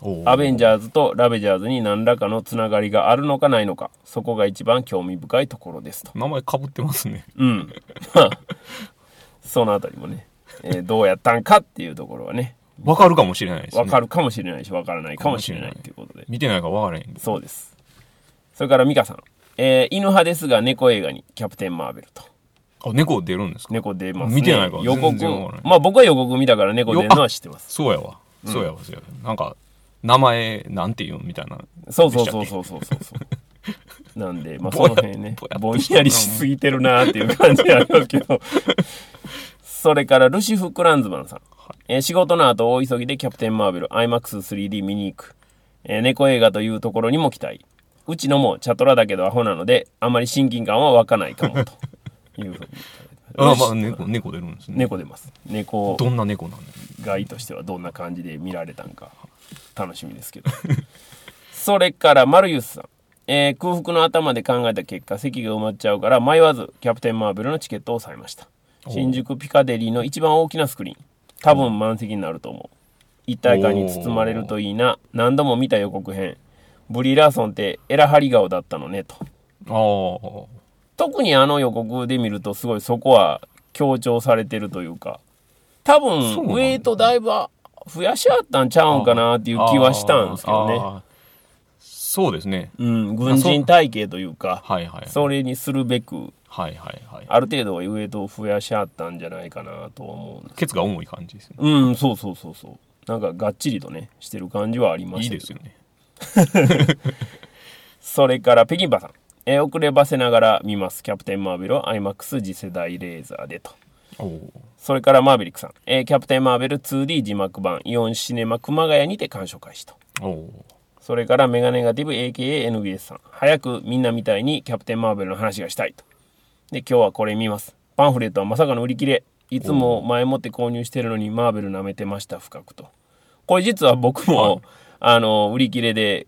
[SPEAKER 1] おー
[SPEAKER 2] アベンジャーズとラベジャーズに何らかのつながりがあるのかないのかそこが一番興味深いところですと
[SPEAKER 1] 名前かぶってますね
[SPEAKER 2] うん (laughs) まあそのあたりもね、えーどうやったんかっていうところはね
[SPEAKER 1] わかるかもしれないですね
[SPEAKER 2] 分かるかもしれないし分からないかもしれないっていうことで
[SPEAKER 1] 見てないからわからへんけど
[SPEAKER 2] そうです。それからミカさん。えー犬派ですが猫映画にキャプテン・マーベルと。
[SPEAKER 1] あ猫出るんですか
[SPEAKER 2] 猫出ますね。
[SPEAKER 1] 見てないから
[SPEAKER 2] 予告
[SPEAKER 1] 全然わから。ない
[SPEAKER 2] まあ僕は予告見たから猫出るのは知ってます。
[SPEAKER 1] そうやわそうやわそうやわなんか名前なんて言うんみたいな
[SPEAKER 2] そうそうそうそうそうそうそう。なんで、まあその辺ね
[SPEAKER 1] ぼや、っ
[SPEAKER 2] ぼんやりしすぎてるなっていう感じはありますけど。それからルシフ・クランズマンさん。えー仕事の後大急ぎでキャプテン・マーベル IMAX3D 見に行く。えー猫映画というところにも期待。うちのもチャトラだけどアホなので、あまり親近感は湧かないかもと。いうふうに。
[SPEAKER 1] (laughs) あまあ猫猫出るんですね
[SPEAKER 2] 猫出ます。猫
[SPEAKER 1] どんな猫なんだろ
[SPEAKER 2] 外としてはどんな感じで見られたんか楽しみですけど (laughs) それからマルユスさん、えー空腹の頭で考えた結果席が埋まっちゃうから迷わずキャプテンマーベルのチケットを押さえました
[SPEAKER 1] おう
[SPEAKER 2] 新宿ピカデリーの一番大きなスクリーン多分満席になると思う一体感に包まれるといいな何度も見た予告編ブリー・ラーソンってエラハリ顔だったのねと
[SPEAKER 1] うああ
[SPEAKER 2] 特にあの予告で見るとすごいそこは強調されてるというか多分
[SPEAKER 1] そうなんだ
[SPEAKER 2] ウエイトだいぶ増やしあったんちゃうんかなっていう気はしたんですけど
[SPEAKER 1] あ
[SPEAKER 2] ね
[SPEAKER 1] ーそうですね
[SPEAKER 2] うん軍人体系というか
[SPEAKER 1] はいはい
[SPEAKER 2] それにするべく
[SPEAKER 1] はいはいはい
[SPEAKER 2] ある程度はウエイトを増やしあったんじゃないかなとは思うんです
[SPEAKER 1] ケツが重い感じですね
[SPEAKER 2] うんそうそうそうそうなんかがっちりとねしてる感じはありま
[SPEAKER 1] い
[SPEAKER 2] し
[SPEAKER 1] い
[SPEAKER 2] た
[SPEAKER 1] で
[SPEAKER 2] けど
[SPEAKER 1] すよね
[SPEAKER 2] それから北京パさん、えー遅ればせながら見ますキャプテンマーベルを IMAX 次世代レーザーでと
[SPEAKER 1] おお
[SPEAKER 2] それからマーベリックさん、えーキャプテンマーベル 2D 字幕版イオンシネマ熊谷にて鑑賞開始と。
[SPEAKER 1] おお
[SPEAKER 2] それからメガネガティブ AKANBS さん、早くみんなみたいにキャプテンマーベルの話がしたいと。で、今日はこれ見ます。パンフレットはまさかの売り切れ。いつも前もって購入してるのにマーベル舐めてました、深くと。これ実は僕も、
[SPEAKER 1] はい
[SPEAKER 2] あの売り切れで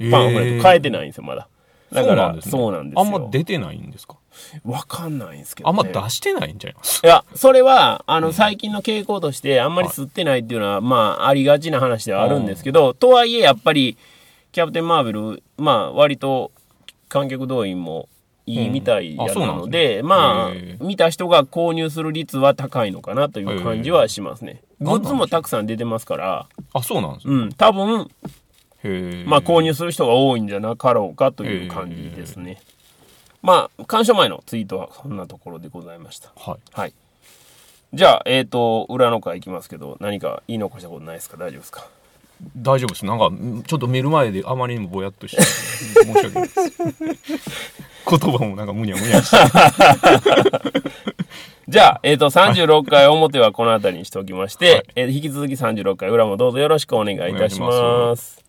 [SPEAKER 1] えー
[SPEAKER 2] パンフレット変えてないんですよまだ、だから
[SPEAKER 1] そうなんですね、
[SPEAKER 2] よ
[SPEAKER 1] あんま出てないんですか
[SPEAKER 2] わかんないんですけど、
[SPEAKER 1] あん
[SPEAKER 2] ね、
[SPEAKER 1] ま出してないんじゃない (laughs) ます
[SPEAKER 2] いや、それは、あの、最近の傾向として、あんまり吸ってないっていうのは、まあ、ありがちな話ではあるんですけど、とはいえ、やっぱり、キャプテン・マーベル、まあ、割と、観客動員もいいみたいや
[SPEAKER 1] うんあそう
[SPEAKER 2] な
[SPEAKER 1] なん
[SPEAKER 2] の
[SPEAKER 1] で
[SPEAKER 2] で、ま
[SPEAKER 1] へ
[SPEAKER 2] あ、見た人が購入する率は高いのかなという感じはしますね。
[SPEAKER 1] へ
[SPEAKER 2] グッズもたくさん出てますから、
[SPEAKER 1] あそうなんですね
[SPEAKER 2] うん、多分、
[SPEAKER 1] へえ
[SPEAKER 2] まあ、購入する人が多いんじゃなかろうかという感じですね。まあ、鑑賞前のツイートは、そんなところでございました。
[SPEAKER 1] はい
[SPEAKER 2] はい。じゃあ、えっ、と、裏の回いきますけど、何か言い残したことないですか大丈夫ですか
[SPEAKER 1] 大丈夫ですなんかんちょっと見る前であまりにもぼやっとして申し訳ないです言葉もなんかむにゃむにゃして
[SPEAKER 2] じゃあ、えっ、と、36回表はこの辺りにしておきまして、
[SPEAKER 1] はい
[SPEAKER 2] えー引き続き36回裏もどうぞよろしくお願いいたし
[SPEAKER 1] お願いし
[SPEAKER 2] ま。
[SPEAKER 1] ます